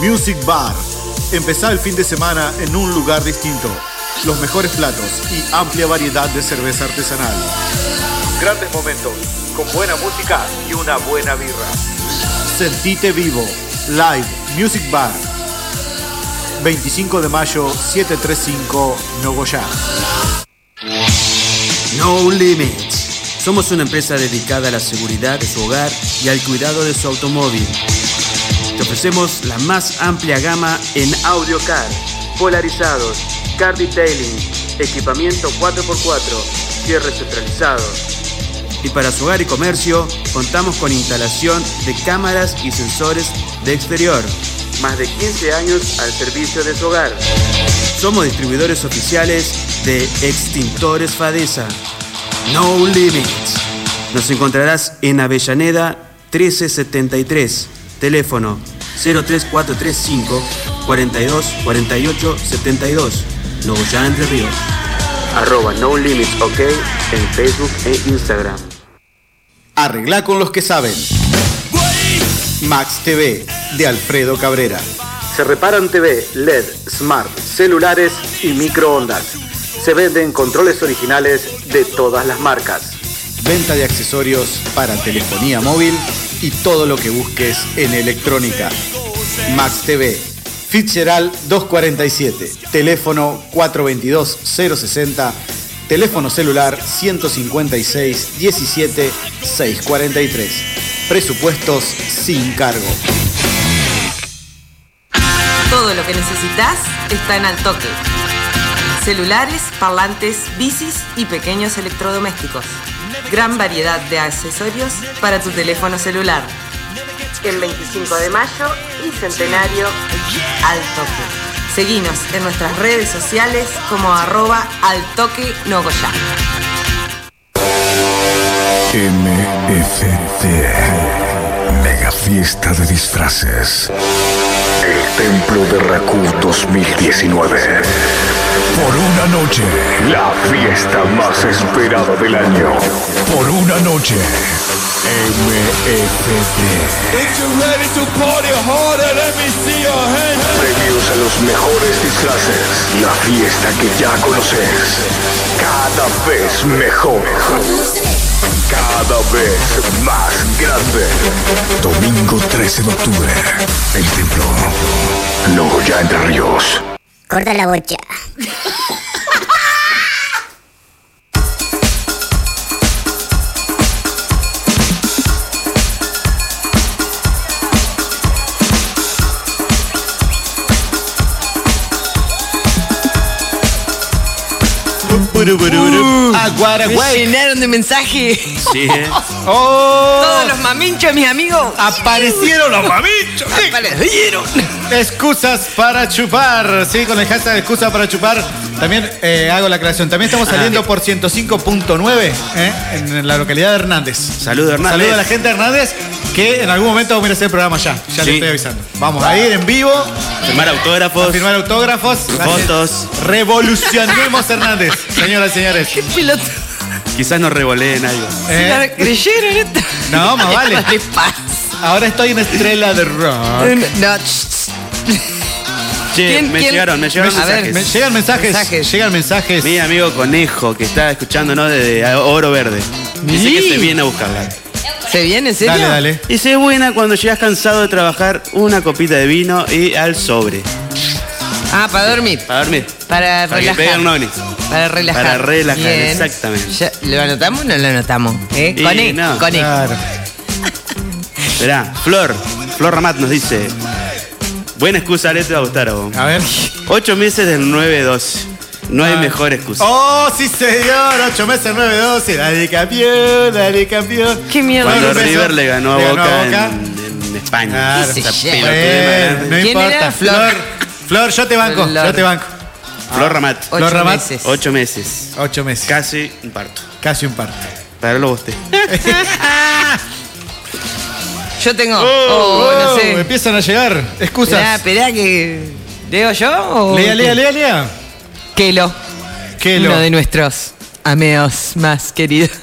H: Music Bar. Empezá el fin de semana en un lugar distinto. Los mejores platos y amplia variedad de cerveza artesanal. Grandes momentos, con buena música y una buena birra. Sentite vivo. Live Music Bar. 25 de mayo, 735, Nogoyá.
D: No Limits. Somos una empresa dedicada a la seguridad de su hogar y al cuidado de su automóvil. Te ofrecemos la más amplia gama en audio car, polarizados, car detailing, equipamiento 4x4, cierres centralizados. Y para su hogar y comercio, contamos con instalación de cámaras y sensores de exterior. Más de 15 años al servicio de su hogar. Somos distribuidores oficiales de Extintores Fadesa. No Limits. Nos encontrarás en Avellaneda 1373. Teléfono 03435 42 48 72. Nogoyá Entre Ríos. Arroba No Limits OK en Facebook e Instagram.
H: Arregla con los que saben. Max TV, de Alfredo Cabrera.
D: Se reparan TV, LED, Smart, celulares y microondas. Se venden controles originales de todas las marcas.
H: venta de accesorios para telefonía móvil y todo lo que busques en electrónica. Max TV, Fitzgerald 247, teléfono 422-060, teléfono celular 156-17-643. Presupuestos sin cargo.
I: Todo lo que necesitas está en Altoque. Celulares, parlantes, bicis y pequeños electrodomésticos. Gran variedad de accesorios para tu teléfono celular. El 25 de mayo y centenario Altoque. Seguinos en nuestras redes sociales como arroba Altoque Nogoyá.
H: MFT. Mega fiesta de disfraces. El Templo de Raku 2019. Por una noche. La fiesta más esperada del año. Por una noche. MFT. Premios a los mejores disfraces. La fiesta que ya conoces. Cada vez mejor. Cada vez más grande. Domingo 13 de octubre. El templo. Nogoyá Entre Ríos.
J: Corta la bocha.
C: Me llenaron de mensaje.
D: Sí, ¿eh?
C: Todos los maminchos, mis amigos.
B: Oh, Aparecieron los mamichos.
C: Aparecieron.
B: Excusas para chupar, sí, con el hashtag excusa para chupar. También eh, hago la creación. También estamos
D: Ah,
B: saliendo por 105.9 ¿eh? en la localidad de Hernández.
D: Saludos, Hernández.
B: Saludos a la gente de Hernández que en algún momento vamos a ir a hacer el programa ya. Ya
D: Sí.
B: les estoy avisando. Vamos a ir en vivo,
D: Firmar
B: a
D: autógrafos,
B: firmar autógrafos.
D: fotos.
B: Revolucionemos Hernández, señoras y señores.
C: Qué pelota.
D: Quizás nos revoleen algo.
C: ¿Se
B: Eh,
C: la creyeron esta?
B: No, más vale.
C: ¿Qué pasa?
B: ahora estoy en Estrella de Rock.
C: No, tss,
D: Che,
C: ¿Quién-
D: me
C: quién?
D: llegaron, me llegaron
C: A ver,
D: mensajes.
B: Me- llegan mensajes,
C: Mensajes.
B: Llegan mensajes.
D: Mi amigo Conejo, que está escuchándonos desde Oro Verde. Dice que
C: Sí.
D: se viene a buscarla.
C: ¿Se viene, en serio?
B: Dale, dale.
D: Dice, es buena cuando llegas cansado de trabajar, una copita de vino y al sobre.
C: Ah, para dormir.
D: Para dormir.
C: Para
D: Para que
C: relajar.
D: pegue el noni.
C: Para relajar.
D: Para relajar,
C: Bien.
D: exactamente.
C: Ya, ¿Lo anotamos o no lo anotamos? ¿Eh?
D: Y
C: Cone,
D: no.
C: Cone.
B: Claro.
D: Verá, Flor, Flor Ramat nos dice, buena excusa, Ale, te va a gustar a vos.
B: A ver.
D: Ocho meses del 9-12. No hay mejor excusa.
B: Ah. Oh, sí señor, 8 meses, 9, 12, dale campeón, dale campeón.
C: Qué mierda.
D: Cuando
B: Bueno, un
D: River
B: beso.
D: le ganó a
B: Le
D: Boca,
B: ganó a Boca.
D: En, en España.
B: Claro.
D: Esa
C: Sí, sí.
D: pelotudez más
B: Bueno,
D: grande.
B: no
C: ¿Quién
B: importa.
C: era?
B: Flor.
C: Flor.
B: Flor, yo te banco,
C: Flor.
B: yo te banco.
D: Flor Ramat.
C: Ocho
B: Lo ramat-
C: meses.
D: Ocho meses.
B: 8 meses,
D: Casi un parto.
B: casi un parto.
D: Para lo boste.
C: Yo tengo. Oh, no
B: Oh,
C: sé.
B: Empiezan a llegar
C: Esperá,
B: excusas.
C: esperá que. ¿Leo yo o.?
B: Lea, lea, lea, lea.
C: Kelo.
B: Qué lo.
C: Uno de nuestros amigos más queridos. [LAUGHS]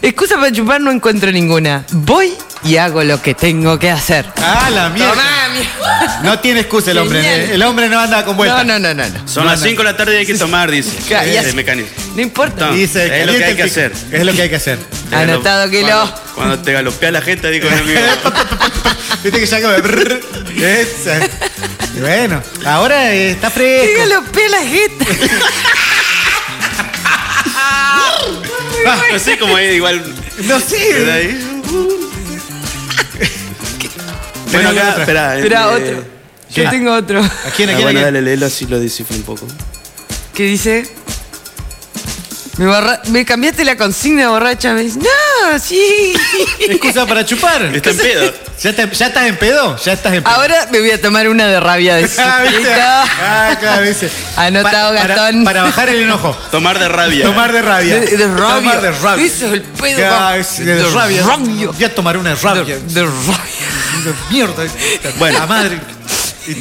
C: Excusa para chupar no encuentro ninguna. Voy y hago lo que tengo que hacer.
B: Ah, la mierda.
C: Tomá, [LAUGHS]
B: No tiene excusa el hombre, eh.
C: Genial.
B: el- el hombre no anda con
C: mi- No,
B: vuelta.
C: no, no, no, no.
D: Son las 5 de la tarde y hay que
B: [LAUGHS]
D: tomar, dice.
C: Claro, y
D: Eh,
C: así-
D: el mecanismo.
C: No importa.
D: Tom.
B: Dice,
D: Es lo que
B: caliente
D: hay
B: el
D: que
B: pico.
D: hacer.
B: Es lo que hay que hacer.
D: Te galo-
C: Anotado que lo-
D: cuando, cuando te galopea la gente, digo,
B: [LAUGHS]
D: "No, amigo".
B: Viste que ya como.
D: [LAUGHS]
B: Esa. Y Bueno, ahora eh, está fresco.
C: Dígalo, pela jeta.
D: no sé cómo es, igual.
B: No sé. [LAUGHS]
D: queda ahí. Bueno, acá,
B: otra.
D: espera.
C: Espera,
D: eh,
C: otro.
B: ¿quién?
C: Yo tengo otro.
B: ¿A quién, a
D: ah,
B: quién, a
D: bueno,
B: quién?
D: dale, léelo así lo descifro un poco.
C: que dice. Me, borra- me cambiaste la consigna borracha. Me dice, no,
B: [LAUGHS]
C: sí.
B: Excusa para chupar.
D: [LAUGHS] Está en pedo.
B: ¿Ya, te- ya estás en pedo? Ya estás en pedo.
C: Ahora me voy a tomar una de rabia de
B: [LAUGHS] Ah, ¿viste?
C: suquita.
B: Ah, claro, dice.
C: Anotado,
B: Pa- para-
C: Gastón.
B: Para, bajar el enojo.
D: Tomar de rabia.
B: Tomar de rabia.
C: De, de rabia.
B: Tomar de rabia.
C: Eso es el pedo.
B: Ya,
C: pa-
B: es de, rabia.
C: rabia.
B: Ya tomar una rabia.
C: De, de rabia.
B: De mierda.
D: Bueno.
B: La madre.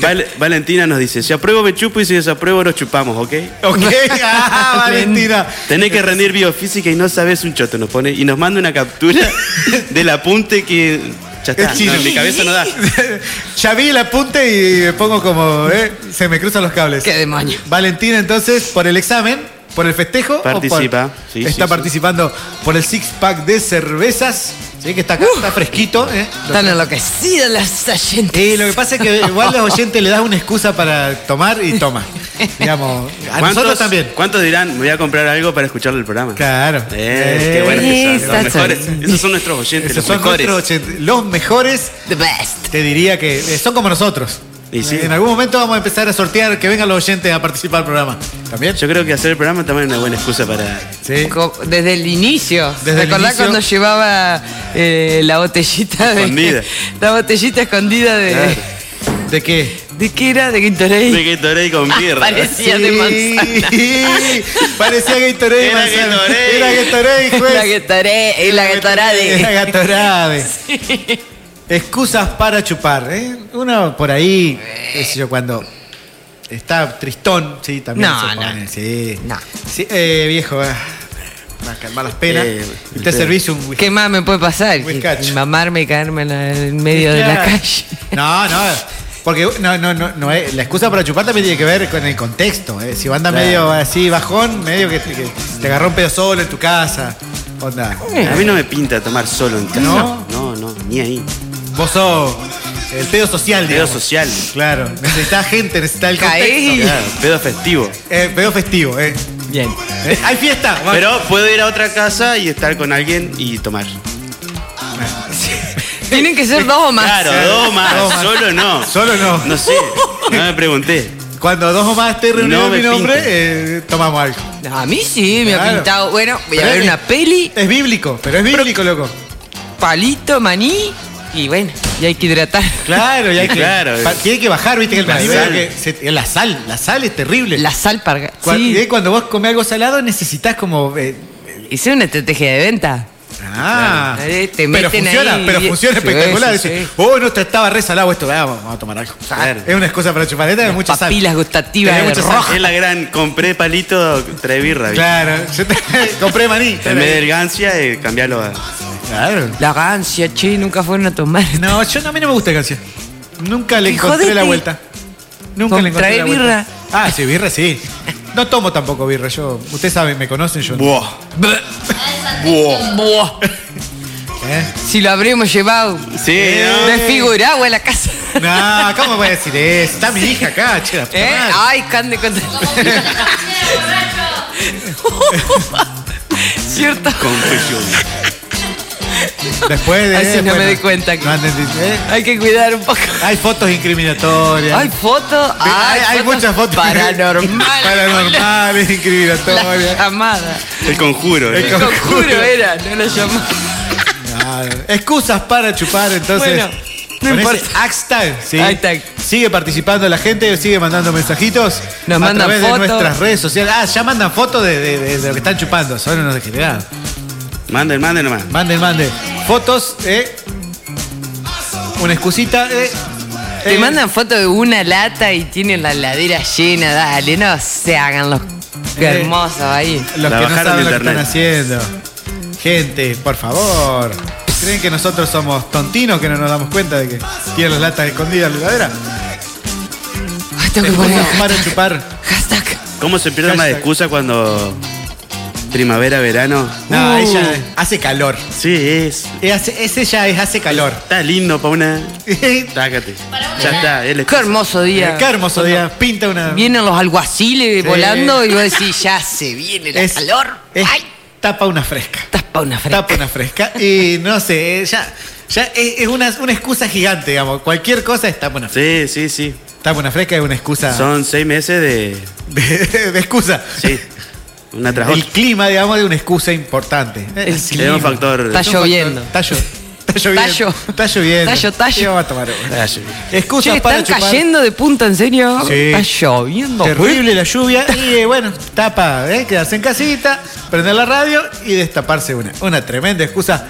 D: Val- Valentina nos dice, si apruebo me chupo y si desapruebo nos chupamos, ¿ok?
C: [LAUGHS]
B: Ok. Ah, Valentina.
D: Tenés que rendir biofísica y no sabes un choto, nos pone. Y nos manda
B: [LAUGHS]
D: una captura del apunte que... Ya está,
B: Es chino.
D: no, mi cabeza no da.
B: [LAUGHS] Ya vi el apunte y me pongo como. eh, se me cruzan los cables.
C: Qué demonio.
B: Valentina, entonces, por el examen, por el festejo. o por-
D: Participa, sí,
B: está
D: sí, sí.
B: participando por el six pack de cervezas. Sí, que está
C: Uh.
B: acá, está fresquito. eh.
C: Están enloquecidas las oyentes.
B: Y lo que pasa es que igual los oyentes le das una excusa para tomar y toma. Digamos, a nosotros
D: ¿Cuántos-
B: también.
D: ¿Cuántos dirán, me voy a comprar algo para escuchar el programa?
B: Claro.
D: Eh, qué bueno que son. Los
C: Esas son.
D: mejores. Esos son nuestros oyentes,
B: Esos
D: los
B: son
D: mejores.
B: nuestros ochenta- los mejores,
C: The best.
B: te diría que eh, son como nosotros.
D: Y sí.
B: En algún momento vamos a empezar a sortear que vengan los oyentes a participar al programa. También.
D: Yo creo que hacer el programa también es una buena excusa para.
B: Sí.
C: Co- Desde el inicio.
B: Desde el
C: ¿Recordás
B: inicio?
C: cuando llevaba eh, la botellita de- [LAUGHS]
D: Escondida.
C: la botellita escondida de.
D: Claro.
B: ¿De qué?
C: ¿De qué era? ¿De Gatorade?
D: De Gatorade con birra.
C: Parecía de manzana.
B: [LAUGHS] Parecía Gatorade.
D: Era
B: manzana.
D: Gatorade.
B: Era
C: [LAUGHS]
B: Gatorade, juez.
C: La Gatorade, eh, la
B: [LAUGHS] Era
C: Gatorade.
B: Gatorade. Excusas para chupar, ¿eh? Uno por ahí, qué sé yo, cuando está tristón, sí, también
C: No,
B: se pone,
C: no.
B: sí.
C: No.
B: Sí, eh, viejo, ah, para calmar las penas.
D: Eh,
B: y te
D: eh.
B: servís un whisky.
C: ¿Qué más me puede pasar?
B: Muy
C: Que-
B: cacho.
C: Mamarme y caerme en la- en el medio de la
B: Claro.
C: calle.
B: No, no. Porque no, no, no, no es- la excusa para chupar también tiene que ver con el contexto. ¿eh? Si anda medio así bajón, medio que, que te agarró un pedo solo en tu casa. Onda.
D: A mí no me pinta tomar solo en casa.
B: ¿No?
D: no, no, ni ahí.
B: Vos sos el pedo social,
D: Pedo
B: digamos.
D: social.
B: Claro. Necesitas gente, necesitas el
C: Caí.
B: contexto.
D: Claro, pedo festivo.
B: Eh, pedo festivo, eh. [LAUGHS]
C: Bien.
B: Eh, ¡Hay fiesta! Bueno,
D: Pero puedo ir a otra casa y estar con alguien y tomar.
C: Tienen que ser dos o más.
D: Claro, dos más,
B: Dos más.
D: solo no.
B: Solo no.
D: No sé, no me pregunté.
B: Cuando dos o más esté reunido
D: No me
B: mi nombre,
D: pinta.
B: eh, tomamos algo.
C: A mí sí, me ha
B: Claro.
C: pintado. Bueno, voy a
B: Pero
C: ver
B: es-
C: una peli,
B: Es bíblico, pero es bíblico, loco.
C: palito, maní y bueno, y hay que hidratar.
B: Claro, y hay que.
D: Claro.
B: pa- tiene que bajar, viste, que el
D: La
B: primero
D: sal.
B: que se- la sal, la sal es terrible.
C: La sal para...
B: Cua- y ahí
C: Sí.
B: eh, cuando vos comés algo salado necesitas como. eh,
C: Hice una estrategia de venta.
B: ah,
C: Claro. Eh, te
B: pero
C: meten
B: funciona,
C: ahí.
B: pero funciona
C: Sí,
B: espectacular.
C: sí,
B: Dice,
C: sí.
B: oh, no, te estaba re salado esto, ah, vamos a tomar algo.
D: Claro.
B: Es una excusa para chupar, esta es mucha sal.
C: Papilas gustativas
B: Tenés
C: de
B: mucha sal.
C: roja.
D: Es la gran, compré palito, trae birra. ¿viste?
B: Claro, [LAUGHS] yo te- compré maní.
D: En vez del gancia, eh, cambiarlo a...
B: Claro.
C: La gancia, che, nunca fueron a tomar. [LAUGHS]
B: No, yo no- a mí no me gusta el canción. Nunca le
C: Te
B: encontré la
C: jodete.
B: vuelta. Nunca le encontré
C: Trae
B: la vuelta.
C: birra.
B: Ah, sí, birra sí. No tomo tampoco birra, yo. Ustedes saben, me conocen, yo. no.
D: Buah. Buah.
C: Buah.
B: [LAUGHS] ¿Eh?
C: Si lo habríamos llevado
D: Sí,
C: Eh,
D: ¿no?
C: desfigurado a la casa.
B: No, ¿cómo voy a decir eso? Está mi hija acá, che, la puta
C: ¿Eh?
B: madre.
C: Ay, cande con... Cierto.
D: Confesión.
B: Después de.
C: Ay, sí, no
B: bueno,
C: me di cuenta que-
B: no entendí, ¿eh?
C: Hay que cuidar un poco.
B: Hay fotos incriminatorias.
C: Hay fotos.
B: Hay- hay, muchas fotos
C: paranormales.
B: [LAUGHS]
C: [LAUGHS]
B: paranormales,
C: La
B: incriminatorias.
C: llamada.
D: El conjuro. ¿eh?
B: El
C: Lo juro era, no la llamada.
B: Claro. Excusas para chupar, entonces.
C: Bueno, no
B: con
C: importa.
B: ese hashtag, ¿sí?
C: Hashtag.
B: Sigue participando la gente, sigue mandando mensajitos.
C: Nos
B: a
C: mandan
B: través
C: fotos.
B: de nuestras redes sociales. Ah, ya mandan fotos de, de- de- de lo que están chupando. Son unos degenerados.
D: Manden, manden nomás.
B: Manden, manden. Fotos, eh. Una excusita, eh.
C: Te
B: eh,
C: mandan fotos de una lata y tienen la ladera llena, dale, no se hagan los
B: Eh.
C: hermosos ahí.
B: Los
D: La
B: que no
D: bajaron
B: saben
D: de
B: lo que están
D: internet.
B: haciendo. Gente, por favor. ¿Creen que nosotros somos tontinos que no nos damos cuenta de que tienen las latas escondidas en la
C: [LAUGHS]
B: heladera?
C: Ay, tengo que poner
B: Excusas para chupar.
C: hashtag.
D: ¿Cómo se pierde más
B: Hashtag.
D: excusa cuando primavera, verano?
B: No,
C: Uh.
B: ella hace calor.
D: Sí, es.
B: Eh, hace- Ese ya es
C: [LAUGHS]
B: hace calor.
D: Está lindo para una.
B: Qué
D: Tácate. Ya está. él
C: Qué
D: está.
C: hermoso día.
B: Eh, hermoso día. Pinta una.
C: Vienen los alguaciles
B: Sí.
C: volando y vos decís, ya se viene la
B: es-
C: calor.
B: es-
C: Ay,
B: Tapa una fresca.
C: tapa una fresca.
B: Tapa una fresca. Y no sé, eh, ya. Ya es, es una, una excusa gigante, digamos. Cualquier cosa es tapa una fresca.
D: Sí, sí, sí.
B: Tapa una fresca es una excusa
D: Son seis meses de.
B: [LAUGHS] de, de excusa.
D: Sí. Una tras
B: El
D: otra.
B: clima, digamos, es una excusa importante. Eh,
C: El
B: Es
D: Es un factor.
C: Está lloviendo.
B: Está llo- está lloviendo.
C: Tallo.
B: Está lloviendo.
C: Tallo, tallo.
B: ¿Qué vamos a tomar ahora?
D: Ah, sí.
B: Excusas
C: Che,
B: para
C: están
B: chupar.
C: cayendo de punta, en serio.
B: Sí.
C: Está lloviendo.
B: Terrible la lluvia. Y eh, bueno, tapa, ¿eh? quedarse en casita, prender la radio y destaparse una. Una tremenda excusa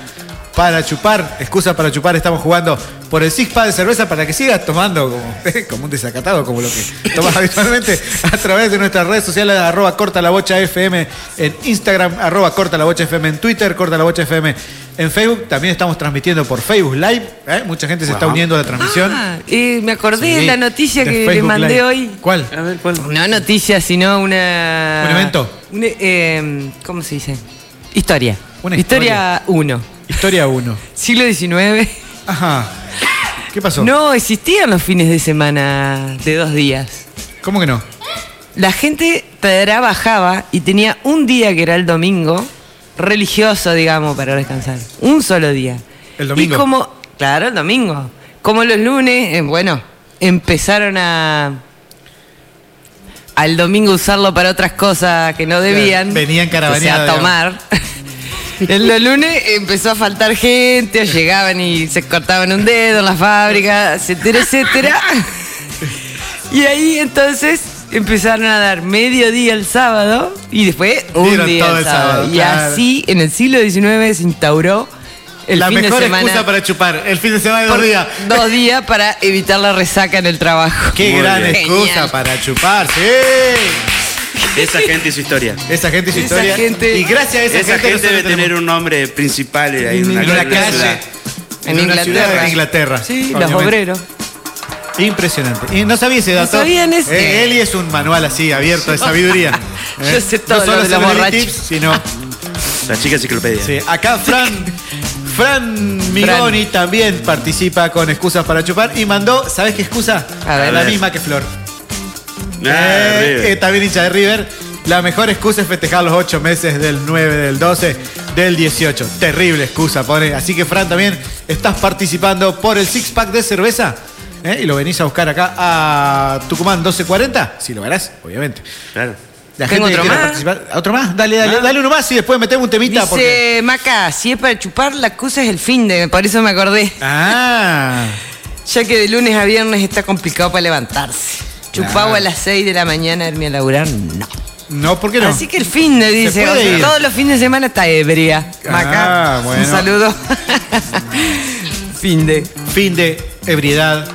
B: para chupar. Excusa para chupar. Estamos jugando por el six pack de cerveza para que sigas tomando como, [LAUGHS] eh, como un desacatado, como lo que tomas [LAUGHS] habitualmente a través de nuestras redes sociales, arroba corta la bocha FM en Instagram, arroba corta la bocha FM en Twitter, corta la bocha FM en Facebook. También estamos transmitiendo por Facebook Live. ¿eh? Mucha gente se está
D: Ajá.
B: uniendo a la transmisión.
C: Ah, eh, me acordé de
B: Sí,
C: la noticia
B: de
C: que le
B: Facebook
C: mandé
B: Live.
C: hoy.
B: ¿Cuál?
D: A ver, ¿cuál?
C: No noticia, sino una.
B: ¿Un evento?
C: un, eh, ¿Cómo se dice? Historia.
B: Una
C: historia 1.
B: Historia 1.
C: Siglo XIX.
B: Ajá. ¿Qué pasó?
C: No existían los fines de semana de dos días.
B: ¿Cómo que no?
C: La gente trabajaba y tenía un día que era el domingo, religioso, digamos, para descansar. Un solo día.
B: El domingo.
C: Y como, claro, el domingo. Como los lunes, eh, bueno, empezaron a. Al domingo usarlo para otras cosas que no debían.
B: venían
C: O
B: carabaneados,
C: sea, a tomar. [LAUGHS] El los lunes empezó a faltar gente, o llegaban y se cortaban un dedo en la fábrica, etcétera, etcétera. Y ahí entonces empezaron a dar mediodía el sábado y después un
B: Dieron
C: día
B: todo
C: el
B: el
C: sábado.
B: sábado,
C: y
B: claro.
C: así en el siglo XIX se instauró el
B: la
C: fin
B: mejor
C: de semana.
B: excusa para chupar. El fin de semana de
C: por-
B: dos días.
C: dos días para evitar la resaca en el trabajo.
B: Qué
C: Muy
B: gran
C: bien.
B: excusa
C: Genial.
B: para chupar. Sí.
D: Esa gente y su historia.
B: Esa gente y su
C: Esa
B: historia.
C: gente-
B: y gracias a esa,
D: Esa, gente,
B: nosotros
D: debe
B: tenemos-
D: tener un nombre principal ahí en una,
B: En una
D: en una
B: calle.
D: ciudad.
C: En
B: una
C: Inglaterra.
B: ciudad de Inglaterra.
C: Sí, los
B: obviamente.
C: obreros.
B: Impresionante. Y no sabía ese
C: No
B: dato.
C: sabían ese.
B: Eh, Eli es un manual así, abierto de sabiduría.
C: [LAUGHS]
B: Eh,
C: Yo sé todo
B: No solo
C: lo de la
B: sobre Eli
C: borracha.
B: Tips, sino
D: La chica enciclopedia.
B: Sí, acá Fran. Fran Migoni también participa con excusas para chupar y mandó, ¿sabes qué excusa?
C: A ver.
B: la
D: A ver.
B: misma que Flor.
D: Ah,
B: Eh,
D: River.
B: eh, también hincha de River. La mejor excusa es festejar los 8 meses del 9, del 12, del 18. Terrible excusa, pone. Así que Fran también estás participando por el six pack de cerveza. ¿eh? Y lo venís a buscar acá a Tucumán 1240. Si lo ganás, obviamente.
D: Claro.
B: La
C: Tengo otro
B: gente que quiera
C: más.
B: participar- ¿Otro más? Dale, dale,
D: Ah.
B: dale uno más y después metemos un temita.
C: Dice
B: porque-
C: Maca, si es para chupar, la excusa es el fin de, por eso me acordé.
B: Ah,
C: Ya que de lunes a viernes está complicado para levantarse. Chupado
B: Claro.
C: a las 6 de la mañana, irme a laburar, no.
B: no, ¿por qué no?
C: Así que el fin de, dice,
B: puede
C: o sea,
B: ir.
C: todos los fines de semana está ebria.
B: Ah,
C: Maca,
B: bueno.
C: un [LAUGHS] saludo. fin de.
B: Fin de ebriedad.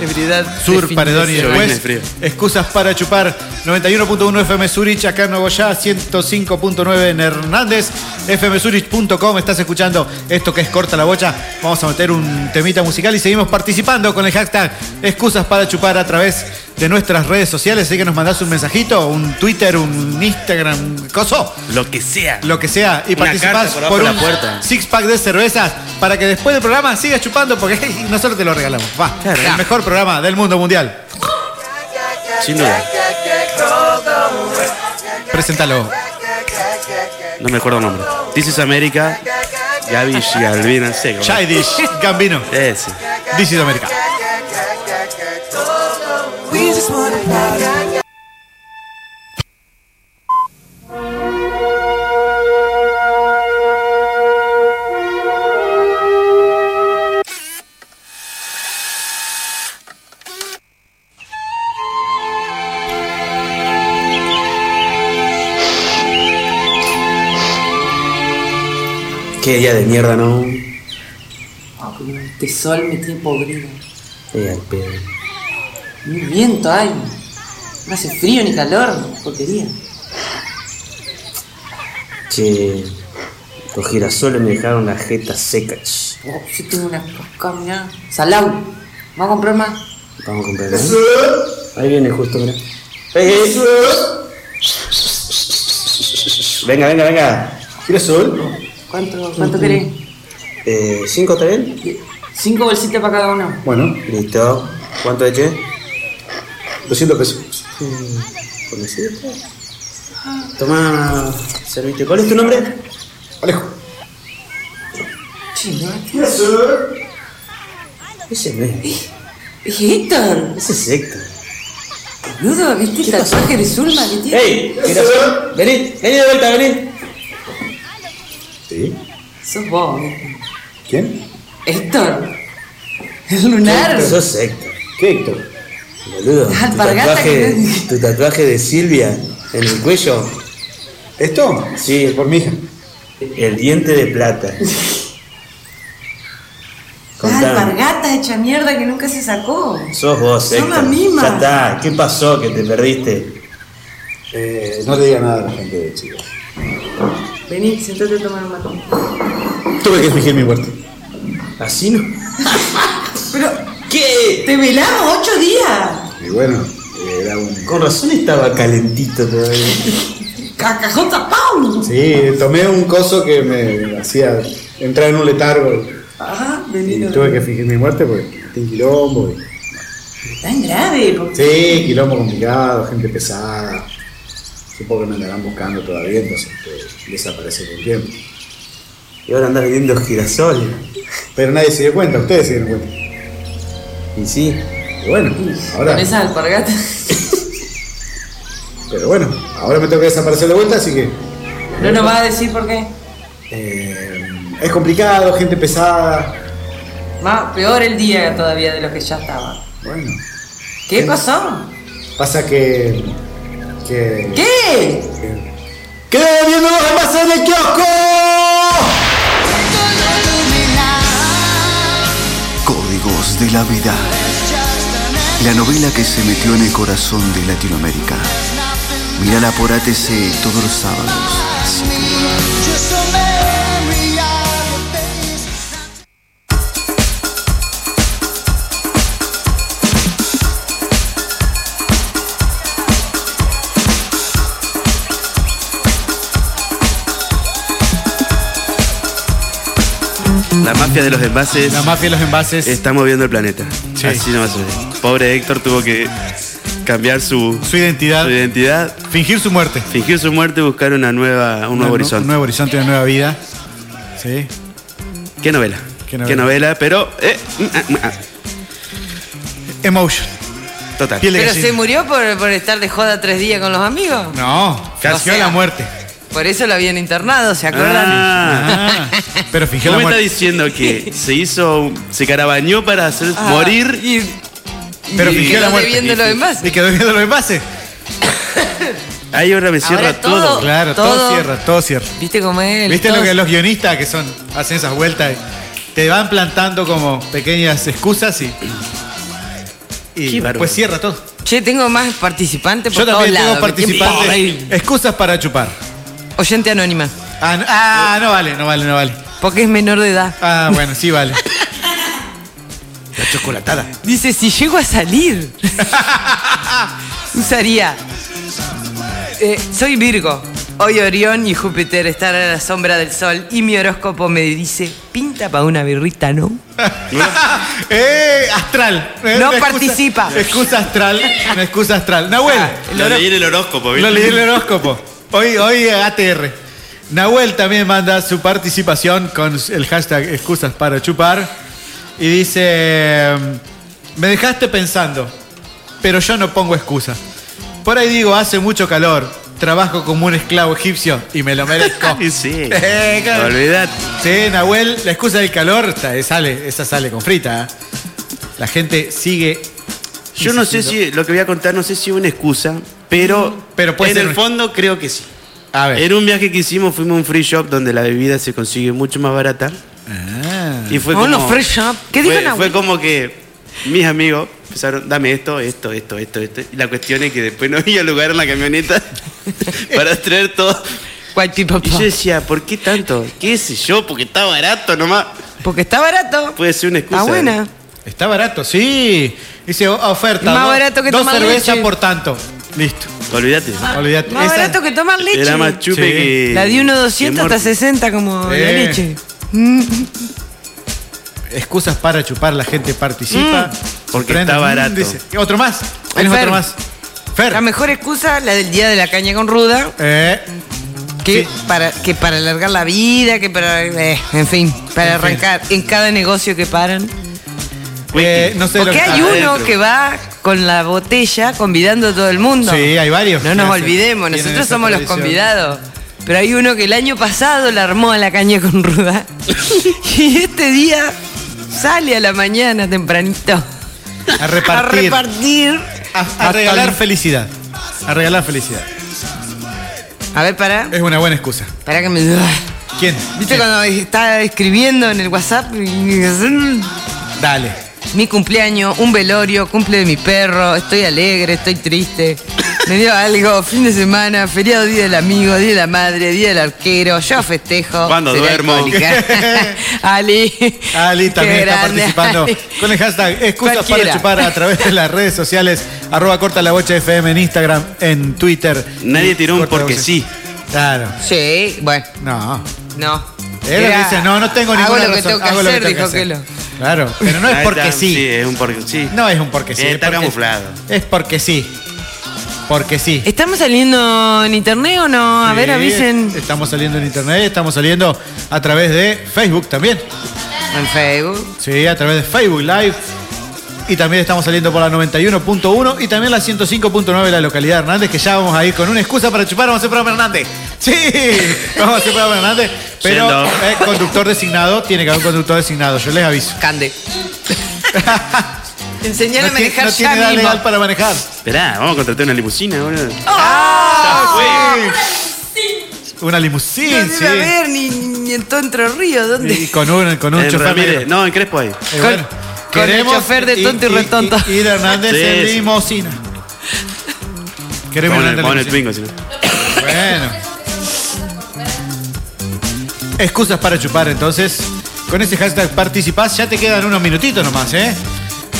B: Ebriedad
C: de
B: Sur,
C: fin
B: Paredón
C: de
B: y
D: semana.
B: después.
D: Frío.
B: Excusas para chupar. 91.1 FM Zurich, acá en Nuevo Ya, 105.9 en Hernández. fmzurich.com, estás escuchando esto que es Corta la Bocha. Vamos a meter un temita musical y seguimos participando con el hashtag Excusas para chupar a través de nuestras redes sociales. Así que nos mandás un mensajito, un Twitter, un Instagram, coso.
D: Lo que sea.
B: lo que sea y
D: Una
B: participás
D: carta por abajo
B: por
D: de la
B: un
D: puerta.
B: six pack de cervezas para que después del programa sigas chupando porque [LAUGHS] nosotros te lo regalamos. Va,
D: Claro.
B: el mejor programa del mundo mundial.
D: Sin duda.
B: Preséntalo.
D: No me acuerdo el nombre. This is America. Gaby Gialvina Seco.
B: Childish Gambino.
D: Ese.
B: This is America.
A: Qué día de mierda, ¿no?
K: Este sol me tiene podrido.
A: Eh, al pedo.
K: Ni viento hay. No hace frío ni calor, porquería.
A: Che, los girasoles me dejaron la jeta seca. ch.
K: Oh, yo tengo una cosca, mirá. Salau, ¿vamos a comprar más?
A: Vamos a comprar. ¿eh? Ahí viene justo, mira. Venga, venga, venga. ¿Girasol?
K: ¿Cuánto, cuánto querés?
A: Eh, ¿Cinco está bien?
K: Cinco bolsitas para cada uno.
A: Bueno. Listo. ¿Cuánto eché? 200 pesos. ¿Con Toma, servite. ¿Cuál es tu nombre? Alejo.
K: Che, ¿no?
A: Ese no es.
K: ¿eh? Es Héctor,
A: Ese es Héctor.
K: boludo, ¿viste el tatuaje de Zulma que tiene?
A: ¡Ey! Girasol, vení, vení de vuelta, vení.
K: Sos vos, Héctor.
I: ¿Quién?
K: Héctor. El lunar.
A: Sos eh, Héctor.
I: ¿Qué Héctor?
A: Boludo,
K: La
A: tu
K: alpargata
A: tatuaje,
K: que-
A: [LAUGHS] tu tatuaje de Silvia en el cuello,
I: ¿Esto?
A: Sí.
I: Por mi hija.
A: el diente de plata.
K: [LAUGHS] La
A: Contame,
K: alpargata hecha mierda que nunca se sacó.
A: sos vos,
K: Son
A: Héctor.
K: la misma.
A: Ya está, ¿qué pasó que te perdiste?
I: Eh, no le diga nada a la gente, chicos.
K: Vení, sentate a tomar un matón.
I: Tuve que fingir mi muerte.
A: ¿Así no?
K: Pero,
A: ¿Qué?
K: te velamos ocho días.
I: Y bueno, era un.
A: Con razón estaba calentito todavía.
K: Cacajón tapado.
I: Sí, tomé un coso que me hacía entrar en un letargo.
K: Ah,
I: Y
K: vení.
I: tuve que fingir mi muerte porque tiene quilombo. y-
K: Tan grave. porque-
I: Sí, quilombo complicado, gente pesada. Supongo que me andarán buscando todavía, entonces este, desaparece con tiempo.
A: Y ahora andás vendiendo girasoles.
I: Pero nadie se dio cuenta, ustedes se dieron cuenta.
A: Y sí,
I: Y bueno, ahora.
K: Con esas alpargatas.
I: Pero bueno, ahora me tengo que desaparecer de vuelta, así que.
K: No nos vas a decir por qué.
I: eh, es complicado, gente pesada.
K: Más, peor el día todavía de lo que ya estaba.
I: Bueno,
K: ¿Qué pasó?
B: Pasa que. que
L: ¿Qué?
B: ¡Quedó viendo los envases en el kiosco!
H: Códigos de la vida. La novela que se metió en el corazón de Latinoamérica. Mírala por ATC todos los sábados.
D: La mafia de los envases. La
I: mafia de los envases.
D: Está moviendo el planeta. Así nomás es. Pobre Héctor tuvo que cambiar su,
I: su identidad.
D: identidad.
I: Fingir su muerte.
D: Fingir su muerte y buscar una nueva, un nuevo
I: Una nu-
D: horizonte.
I: Un nuevo horizonte, una nueva vida. Sí.
D: Qué novela. Qué novela, pero. eh, mm, ah, mm, ah.
I: Emotion.
D: Total.
I: Piel de
C: ¿Pero
I: gallina.
C: se murió por, por estar de joda tres días con los amigos?
I: No,
C: O
I: fingió
C: sea,
I: la muerte.
C: Por eso lo habían internado, ¿se acuerdan?
D: Ah.
I: Pero fingió
D: ¿Cómo
I: la
D: me está
I: muerte.
D: diciendo
I: [LAUGHS]
D: que se hizo. un- se carabañó para hacer
C: Ah,
D: morir?
C: Y,
I: Pero
D: y
I: fingió la
D: quedó
I: muerte.
C: debiendo los envases.
I: Y quedó debiendo los envases.
D: Ahí ahora me cierra
C: Ahora todo, todo.
I: Claro, todo,
C: todo.
I: cierra, todo cierra.
C: ¿Viste cómo es? el-
I: ¿Viste lo
C: todo-
I: que los guionistas que son hacen esas vueltas? y Te van plantando como pequeñas excusas y. Y pues cierra todo.
C: Che, tengo más participantes por
I: Yo también
C: todos lados,
I: tengo
C: qué tiempo
I: participantes.
C: horrible.
I: Excusas para chupar.
C: Oyente anónima.
I: Ah no, ah, no vale, no vale, no vale.
C: Porque es menor de edad.
I: Ah, bueno, sí vale. [LAUGHS] La chocolatada.
C: Dice, si llego a salir, [LAUGHS] usaría. eh, soy Virgo. Hoy Orión y Júpiter están a la sombra del sol y mi horóscopo me dice, pinta para una birrita, ¿no?
I: ¡Eh! Astral. Eh,
C: No
I: una excusa-
C: participa.
I: Excusa astral. Una excusa astral. Nahuel.
D: Lo leí en el horóscopo, ¿viste?
I: Lo
D: [LAUGHS]
I: leí en el horóscopo. Hoy, hoy eh, ATR. Nahuel también manda su participación con el hashtag excusas para chupar. Y dice, me dejaste pensando, pero yo no pongo excusa. Por ahí digo, hace mucho calor, trabajo como un esclavo egipcio y me lo merezco.
D: [LAUGHS] Y sí.
I: [LAUGHS] Eh, claro.
D: Olvidate.
I: Sí, Nahuel, la excusa del calor está- eh, sale, esa sale con frita. ¿eh? La gente sigue.
D: Yo no sé
I: insistiendo.
D: si lo que voy a contar, no sé si es una excusa, pero,
I: Pero puede
D: en
I: ser
D: el
I: una-
D: fondo creo que sí.
I: A ver.
D: En un viaje que hicimos fuimos a un free shop donde la bebida se consigue mucho más barata.
I: Ah.
D: Y fue
C: Oh,
D: como,
C: no, free shop. ¿Qué dijo
D: fue,
C: Nahuel?
D: fue como que mis amigos empezaron, dame esto, esto, esto, esto, esto. Y la cuestión es que después no [LAUGHS] había lugar en
C: [LAUGHS]
D: la camioneta para traer todo.
C: White people
D: Y yo
C: talk.
D: decía, ¿por qué tanto? ¿Qué sé yo? Porque está barato nomás.
C: Porque está barato.
D: Puede ser una excusa. ¿eh?
C: Está buena.
I: Está barato, sí. Dice o- oferta.
C: Más
I: dos-
C: barato que
I: Dos
C: tomar
I: cervezas
C: leche.
I: por tanto. Listo.
D: Olvídate.
I: Olvídate.
C: Más
I: Esa-
C: barato que tomar Ah, leche.
D: Era más chupe
I: Sí.
D: que.
C: La de 1
D: que
C: 200 hasta
D: Morphy.
C: 60 como la
I: Eh.
C: leche.
I: Excusas para chupar, la gente participa.
D: Porque
I: Prende,
D: está
I: mm,
D: barato.
I: dice, otro más. Tienes
C: Fer.
I: otro más. Fer.
C: La mejor excusa, la del día de la caña con ruda,
I: Eh,
C: que,
I: Sí.
C: para, que para alargar la vida, que para. eh, en fin, para
I: En fin.
C: arrancar en cada negocio que paran.
I: eh, no sé lo
C: Porque
I: que-
C: hay uno
D: adentro.
C: que va con la botella convidando a todo el mundo.
I: Sí, hay varios.
C: No nos olvidemos,
I: Tienen
C: nosotros
I: esa
C: somos los
I: tradición.
C: convidados. Pero hay uno que el año pasado la armó a la caña con
I: [LAUGHS]
C: ruda. y este día sale a la mañana tempranito
I: A
C: a
I: repartir. A,
C: repartir.
I: a
C: Hasta
I: regalar
C: el-
I: felicidad. A regalar felicidad.
C: A ver, pará.
I: Es una buena excusa.
C: Pará que me.
I: ¿Quién?
C: ¿Viste
I: ¿Quién?
C: cuando está escribiendo en el WhatsApp?
I: Dale.
C: Mi cumpleaños, un velorio, cumple de mi perro, estoy alegre, estoy triste. Me dio algo, fin de semana, feriado, día del amigo, día de la madre, día del arquero, yo festejo.
D: Cuando
C: Seré
D: duermo. [LAUGHS]
C: alcohólica. Ali.
I: Ali también
C: Qué
I: está
C: grande,
I: participando
C: Ali.
I: con el hashtag excusas
C: Cualquiera.
I: para chupar a través de las redes sociales, arroba corta la bocha FM en Instagram, en Twitter.
D: Nadie
I: Y
D: tiró un
I: corta la
D: porque
I: bocha.
D: sí.
I: Claro.
C: Sí, bueno,
I: No.
C: no.
I: Él
C: Era,
I: dice, no, no tengo
C: Hago
I: ninguna
C: lo que
I: razón,
C: tengo que
I: hago lo
C: hacer,
I: tengo
C: dijo que
I: hacer.
C: lo.
I: Claro, pero no es
D: Ahí
I: porque
D: está, Sí,
I: sí.
D: es un porque sí.
I: No es un porque sí.
D: Eh,
I: es
D: está
I: porque-
D: camuflado.
I: Es porque sí. Porque sí.
C: ¿Estamos saliendo en internet o no? A ver,
I: Sí,
C: avisen.
I: [LAUGHS] Estamos saliendo en internet, estamos saliendo a través de Facebook también.
C: En Facebook.
I: Sí, a través de Facebook Live. Y también estamos saliendo por la 91.1 y también la 105.9 de la localidad de Hernández, que ya vamos a ir con una excusa para chupar, vamos a hacer programa Hernández. Sí, [LAUGHS] vamos a hacer programa Hernández. Pero
D: Yendo.
I: eh, [LAUGHS] conductor designado, tiene que haber un conductor designado, yo les aviso.
C: Cande.
M: Te enseñaron a manejar
I: no tiene
M: ya
I: edad
M: mismo.
I: legal para manejar.
D: Esperá, vamos a contratar una limusina, boludo.
I: Una limusina,
C: no
I: sí.
C: debe haber ni, ni en todo Entre Ríos, ¿dónde?
I: Y con un, con un
D: En
I: chofer
D: Eh, Ramírez.
I: negro.
D: No, en Crespo ahí.
I: Eh, bueno,
C: con el
I: queremos
C: chofer de
I: ir-
C: tonto y
I: ir-
C: retonto.
I: ir- Ir Hernández
D: Sí,
I: en
D: sí.
I: limusina. Queremos
D: Vamos en
I: ir
D: el-
I: a
D: vamos en el
I: limusina.
D: Twingo, si no.
I: Bueno. Excusas para chupar, entonces. Con ese hashtag participás, ya te quedan unos minutitos nomás, ¿eh?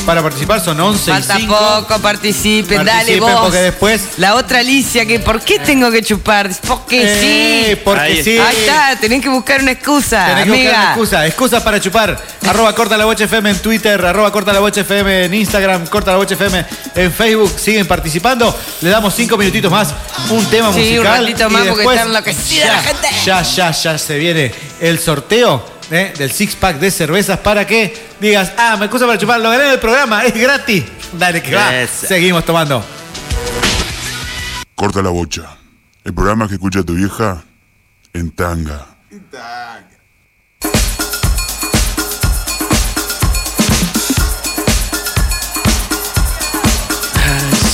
I: Para participar son 11 y
C: Falta
I: 5.
C: poco, participen, dale
I: Participen,
C: vos.
I: porque después-
C: La otra Alicia, que ¿por qué tengo que chupar? Porque
I: Eh,
C: sí.
I: porque
C: Ahí
I: sí.
C: está. Ahí está, tenés que buscar una excusa,
I: Tenés que buscar una
C: Ah, amiga.
I: excusa, excusas para
C: [LAUGHS]
I: chupar. Arroba corta la bocha FM en Twitter, arroba corta la bocha FM en Instagram, corta la bocha FM en Facebook. Siguen participando. Le damos cinco minutitos más, un tema
C: Sí, un
I: musical.
C: ratito
I: y
C: más, porque
I: después
C: está enloquecida
I: ya,
C: la gente.
I: Ya, ya, ya se viene el sorteo ¿eh? del six pack de cervezas para que digas, ah, me excusa para chupar, lo gané en el programa, es gratis. Dale que va.
D: Esa.
I: Seguimos tomando.
H: Corta la bocha. El programa que escucha tu vieja en tanga.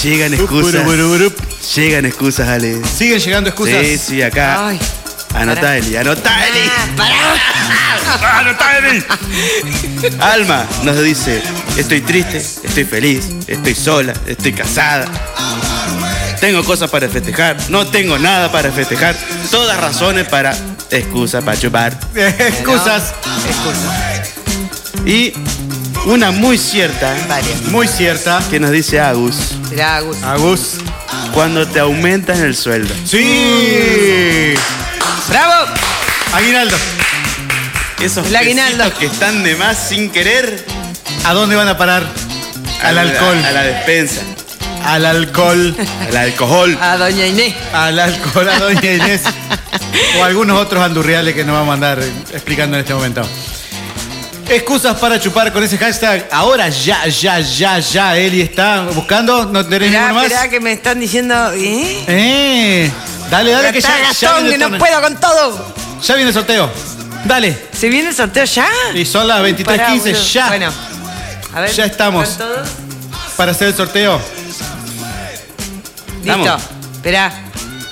D: Llegan excusas. Llegan excusas, Ale.
I: Siguen llegando excusas.
D: Sí, sí, acá. Anotá, Eli, anotá, Eli. Ah, ¡Anotá, Eli! Alma nos dice, estoy triste, estoy feliz, estoy sola, estoy casada. Tengo cosas para festejar, no tengo nada para festejar. Todas razones para excusas para chupar.
I: [LAUGHS] excusas.
D: Y una muy cierta,
I: muy cierta,
D: que nos dice Agus.
C: Mirá, Agus.
I: Agus.
D: Cuando te aumentan el sueldo.
I: Sí.
C: ¡Bravo!
I: Aguinaldo.
D: Esos
C: El aguinaldo.
D: pesitos que están de más sin querer.
I: ¿A dónde van a parar? Al
D: la-
I: alcohol.
D: a la despensa.
I: Al alcohol.
D: Al alcohol.
C: A doña
I: [LAUGHS]
C: Inés.
I: Al alcohol, a doña Inés. o algunos otros andurriales que nos vamos a andar explicando en este momento. Excusas para chupar con ese hashtag. Ahora ya, ya, ya, ya. Eli está buscando. ¿No tenés
C: Mirá,
I: ninguno más?
C: mirá que me están diciendo, ¿eh?
I: Eh, dale, dale, que
C: Gastá,
I: ya, ya,
C: Gastón,
I: viene
C: que
I: el
C: no puedo
I: torneo.
C: con todo.
I: ya viene el sorteo. Dale.
C: ¿Se viene el sorteo ya?
I: Y son las 23.15.
C: Pará, boludo.
I: Ya.
C: Bueno, a ver.
I: Ya estamos.
C: ¿están todos?
I: Para hacer el sorteo.
C: Listo.
I: Vamos.
C: Esperá.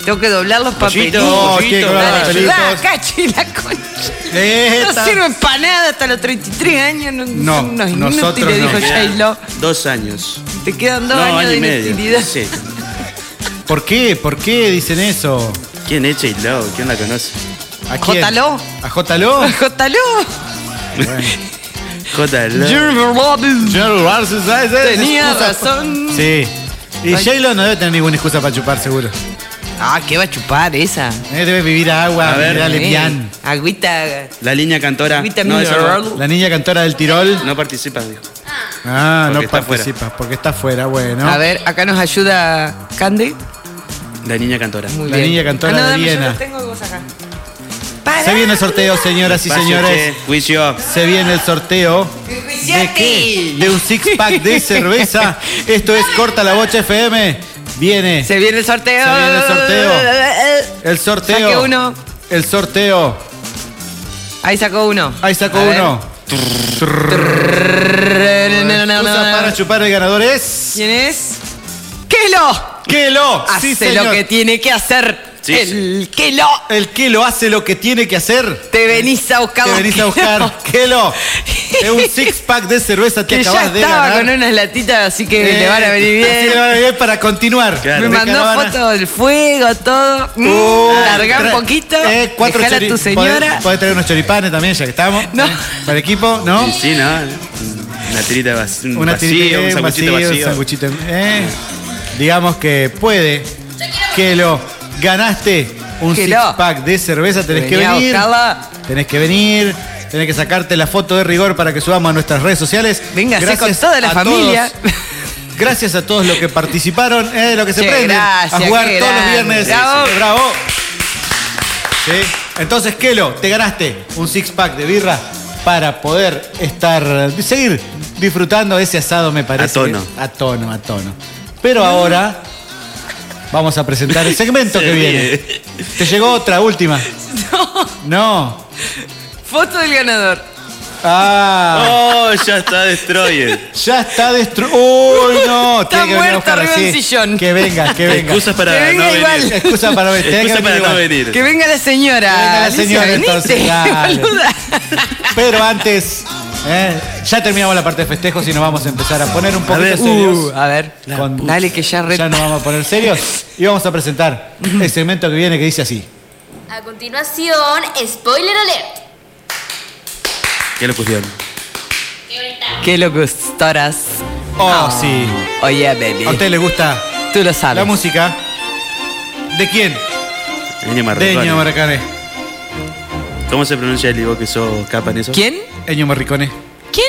C: Tengo que doblar los
I: Pollito,
C: papelitos.
I: tiene que doblar
C: Dale,
I: los
C: ayudá,
I: papelitos.
C: Cachi, la concha.
I: Esta.
C: No sirven para nada hasta los 33 años. No,
D: No,
C: son unos inútiles,
D: nosotros no.
C: dijo J-Lo.
D: Dos años.
C: Te quedan dos
D: No,
C: años
D: año
C: de
D: y medio.
C: inutilidad.
D: Sí.
I: ¿Por qué? ¿Por qué dicen eso?
D: ¿Quién es J-Lo? ¿Quién la conoce?
I: ¿A quién?
C: Jotalo.
I: ¿A Jotalo?
C: [LAUGHS] Jotalo.
D: J-Lo.
C: Jeremy Robbins.
I: Jerry Larson, ¿sabes?
C: Tenía
I: Excusa
C: razón.
I: pa- Sí. Y
C: Ay.
I: J-Lo no debe tener ninguna excusa para chupar, seguro.
C: Ah, ¿qué va a chupar esa?
I: Eh, debe vivir a agua,
D: A ver,
I: mineral,
C: Eh,
I: bien.
C: Agüita.
D: La línea cantora.
C: Agüita
D: Ah, No, esa no,
C: mineral.
I: La niña cantora del Tirol.
D: no participa, dijo.
I: Ah,
D: Porque
I: no
D: está
I: participa, porque está fuera, bueno.
C: A ver, acá nos ayuda Cande.
D: La niña cantora.
C: Muy
I: La
C: bien.
I: niña cantora
C: Ah, no,
I: de
C: dame, yo
I: Viena.
C: los tengo vos acá.
I: Se viene el sorteo, señoras y
D: Espacio,
I: señores.
D: che, Juicio.
I: Se viene el sorteo. ¿De qué? De un six pack
C: [LAUGHS]
I: de cerveza. Esto es Corta la Bocha FM. Viene
C: Se viene el sorteo.
I: Se viene el sorteo. el sorteo.
C: Saque uno.
I: El sorteo.
C: Ahí sacó uno.
I: Ahí sacó
C: A ver.
I: uno.
C: Trrr, no, no, no,
I: Excusa
C: no,
I: para
C: no.
I: chupar el ganador es.
C: ¿Quién es? ¡Kelo!
I: ¡Kelo!
C: Hace
I: Sí, señor.
C: lo que tiene que hacer.
D: Sí,
C: el Kelo.
I: El Kelo hace lo que tiene que hacer.
C: Te venís a buscar.
I: Te
C: los
I: venís a buscar. Kelo.
C: [LAUGHS]
I: Es un six pack de cerveza te
C: Que ya
I: acabas de
C: estaba
I: ganar.
C: con unas latitas, así que
I: Eh,
C: le van a venir
I: así
C: bien.
I: le van a venir bien para continuar.
D: Claro.
C: Me
I: De
C: mandó
I: caravana.
C: fotos del fuego, todo. Mm,
I: Uh,
C: Largá un
I: tra-
C: poquito.
I: eh, cuatro
C: dejala a
I: chori-
C: tu señora.
I: Podés, podés traer unos choripanes también, ya que estamos.
C: No.
I: Eh, Para el equipo, ¿no?
D: Y Sí, no. Una tirita vac- un
I: Una
D: vacío,
I: tirita,
D: un
I: un
D: sanguchito
I: vacío, un
D: vacío.
I: sanguchito, eh. Digamos que puede que lo ganaste un
C: Que
I: six
C: lo.
I: pack de cerveza. Tenés que
C: Vení a
I: venir.
C: buscarla.
I: Tenés que venir. Tenés que sacarte la foto de rigor para que subamos a nuestras redes sociales.
C: Véngase
I: Gracias
C: con toda la
I: a
C: familia.
I: todos. Gracias a todos los que participaron, eh, los que se
C: Che,
I: prenden
C: gracias,
I: a jugar
C: qué
I: todos los
C: grande.
I: viernes.
C: Bravo.
I: Bravo. Sí. Entonces, Kelo, te ganaste un six pack de birra para poder estar seguir disfrutando de ese asado, me parece.
D: A tono.
I: que- A tono, a tono. Pero ahora vamos a presentar el segmento que
D: Se
I: viene.
D: [LAUGHS]
I: Te llegó otra última. No.
C: Foto del ganador.
I: Ah.
D: Oh, ya está Destroyer.
I: Ya está destruido. ¡Uy,
D: [LAUGHS]
I: no!
D: Está
I: Tiene que venir a
D: muerto
I: buscar
D: arriba
I: así.
D: del sillón.
I: Que venga, [LAUGHS] que venga.
D: Excusas para Que venga no igual. venir.
I: Excusa para, venir. Tiene que
D: Excusa para no
I: igual.
D: venir.
C: Que venga la señora.
I: Que venga la
C: Alicia,
I: señora,
C: venite,
I: entonces, claro.
C: [LAUGHS] boluda.
I: Pero antes, eh, ya terminamos la parte de festejos y nos vamos a empezar a poner un
C: A
I: poquito
C: ver,
I: serios.
C: uh, a ver, dale que ya
I: Ya nos vamos a
C: [LAUGHS]
I: poner serios y vamos a presentar el segmento que viene que dice así.
N: A continuación, spoiler alert.
D: ¿Qué lo pusieron?
C: Qué locustoras.
I: Oh, sí.
C: Oye, baby.
I: ¿A usted le gusta?
C: Tú lo sabes.
I: La música. ¿De quién?
D: Eño Marricone.
I: De Ennio Morricone.
D: ¿Cómo se pronuncia el Ivo que sos capa en eso?
C: ¿Quién?
I: Ennio Morricone.
C: ¿Quién?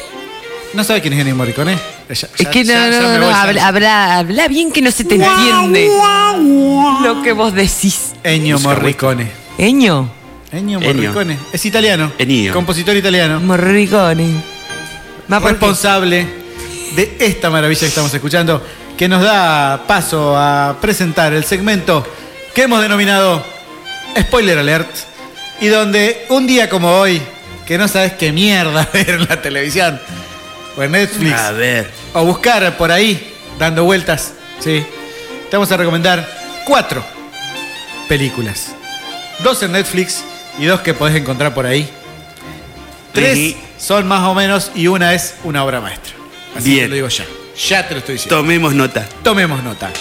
I: ¿No sabe quién es Ennio Morricone?
C: Es que no, no, no, habla, habla, habla bien que no se te entiende lo que vos decís.
I: Ennio
C: Busca
I: Morricone.
C: pues. Eño.
I: Ennio Morricone. Es italiano.
D: Ennio.
I: Compositor italiano.
C: Morricone. Ah,
I: responsable de esta maravilla que estamos escuchando, que nos da paso a presentar el segmento que hemos denominado Spoiler Alert, y donde un día como hoy, que no sabes qué mierda [LAUGHS] ver en la televisión, o en Netflix,
D: A ver.
I: o buscar por ahí, dando vueltas, ¿sí? te vamos a recomendar cuatro películas. Dos en Netflix y dos que podés encontrar por ahí. Tres
D: Ujú.
I: son más o menos y una es una obra maestra. Así
D: Bien.
I: te lo digo ya. Ya te lo estoy diciendo.
D: Tomemos nota.
I: Tomemos nota.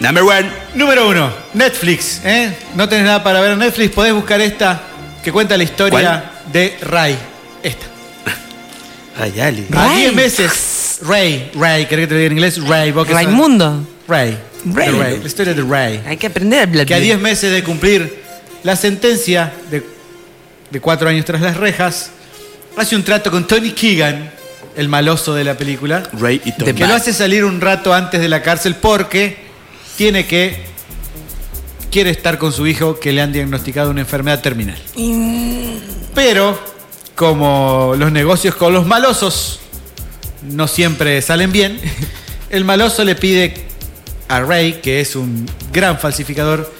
D: Number one.
I: Número uno, Netflix. ¿eh? No tenés nada para ver en Netflix, podés buscar esta que cuenta la historia de Ray. Esta.
D: Ay, Ali.
I: A 10 meses. Ray, Ray, ¿querés que te lo diga en inglés? Ray, vos que sabés.
C: Raimundo.
I: Ray.
C: Ray.
I: De La historia de Ray.
C: Hay que aprender a hablar
I: que a
C: bien.
I: 10 meses de cumplir la sentencia de, de cuatro años tras las rejas, hace un trato con Tony Keegan, el maloso de la película,
D: Ray y Tom.
I: que lo hace salir un rato antes de la cárcel porque tiene que. quiere estar con su hijo que le han diagnosticado una enfermedad terminal. Pero, como los negocios con los malosos no siempre salen bien, el maloso le pide a Ray, que es un gran falsificador,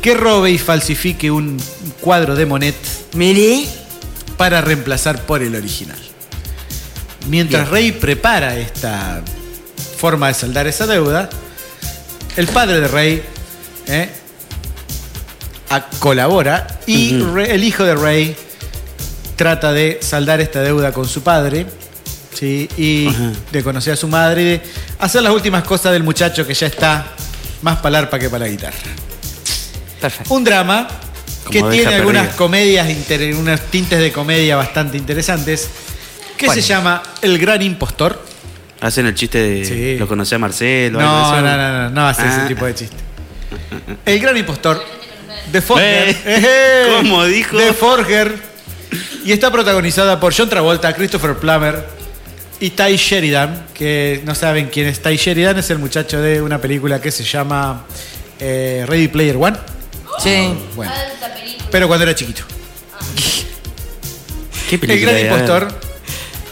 I: que robe y falsifique un cuadro de Monet para reemplazar por el original. Mientras Ray prepara esta forma de saldar esa deuda, el padre de Ray ¿eh? a- colabora y Re- el hijo de Ray trata de saldar esta deuda con su padre ¿sí? y de conocer a su madre y de hacer las últimas cosas del muchacho que ya está más para el arpa que para la guitarra.
C: Perfecto.
I: Un drama
D: Como
I: que
D: oveja
I: tiene algunas
D: perdida.
I: comedias, inter- unos tintes de comedia bastante interesantes, que
D: ¿Cuál?
I: se llama El Gran Impostor.
D: Hacen el chiste de.
I: Sí.
D: Lo conocí a Marcelo.
I: No,
D: algo de
I: no,
D: eso.
I: no, no, no hace ese
D: Ah.
I: tipo de chiste. El gran impostor de [LAUGHS] Forger. Eh,
D: ¿cómo dijo?
I: De Forger. Y está protagonizada por John Travolta, Christopher Plummer y Ty Sheridan, que no saben quién es Ty Sheridan, es el muchacho de una película que se llama eh, Ready Player One.
C: Sí.
I: Bueno, pero cuando era chiquito.
D: ¿Qué
I: El
D: película
I: gran
D: era?
I: impostor.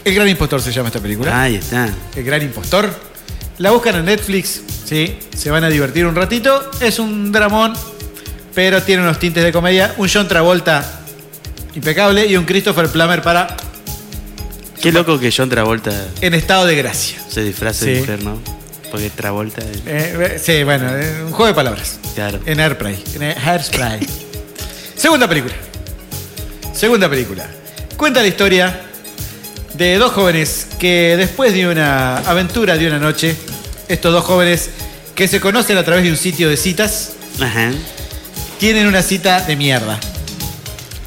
I: El gran impostor se llama esta película.
D: Ahí está.
I: El gran impostor. La buscan en Netflix, sí, se van a divertir un ratito. Es un dramón, pero tiene unos tintes de comedia. Un John Travolta impecable y un Christopher Plummer para
D: Qué loco que John Travolta
I: En estado de gracia.
D: se disfrace
I: Sí.
D: de mujer, ¿no? Porque Travolta. es-
I: Eh, eh, sí, bueno, eh, un juego de palabras.
D: Claro.
I: En Airplay. En Hairspray. Segunda película. Segunda película. Cuenta la historia de dos jóvenes que después de una aventura de una noche, estos dos jóvenes que se conocen a través de un sitio de citas,
D: Ajá.
I: tienen una cita de mierda.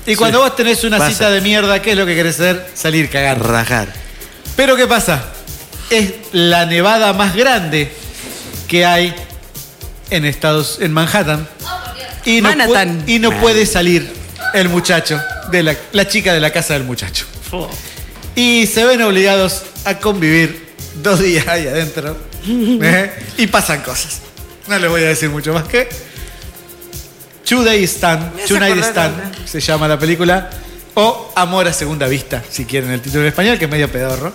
I: Y cuando
D: Sí.
I: vos tenés una
D: Pasa.
I: cita de mierda, ¿qué es lo que querés hacer? Salir cagar.
D: Rajar.
I: Pero ¿qué pasa? Es la nevada más grande que hay en Estados en Manhattan. Y no, pu-
C: Manhattan.
I: y no puede salir el muchacho, de la, la chica de la casa del muchacho. Y se ven obligados a convivir dos días ahí adentro. ¿eh? Y pasan cosas. No les voy a decir mucho más que. Two Day Stand,
C: Me hace
I: Two Night
C: acordar
I: Stand se llama la película. O Amor a Segunda Vista, si quieren el título en español, que es medio pedorro.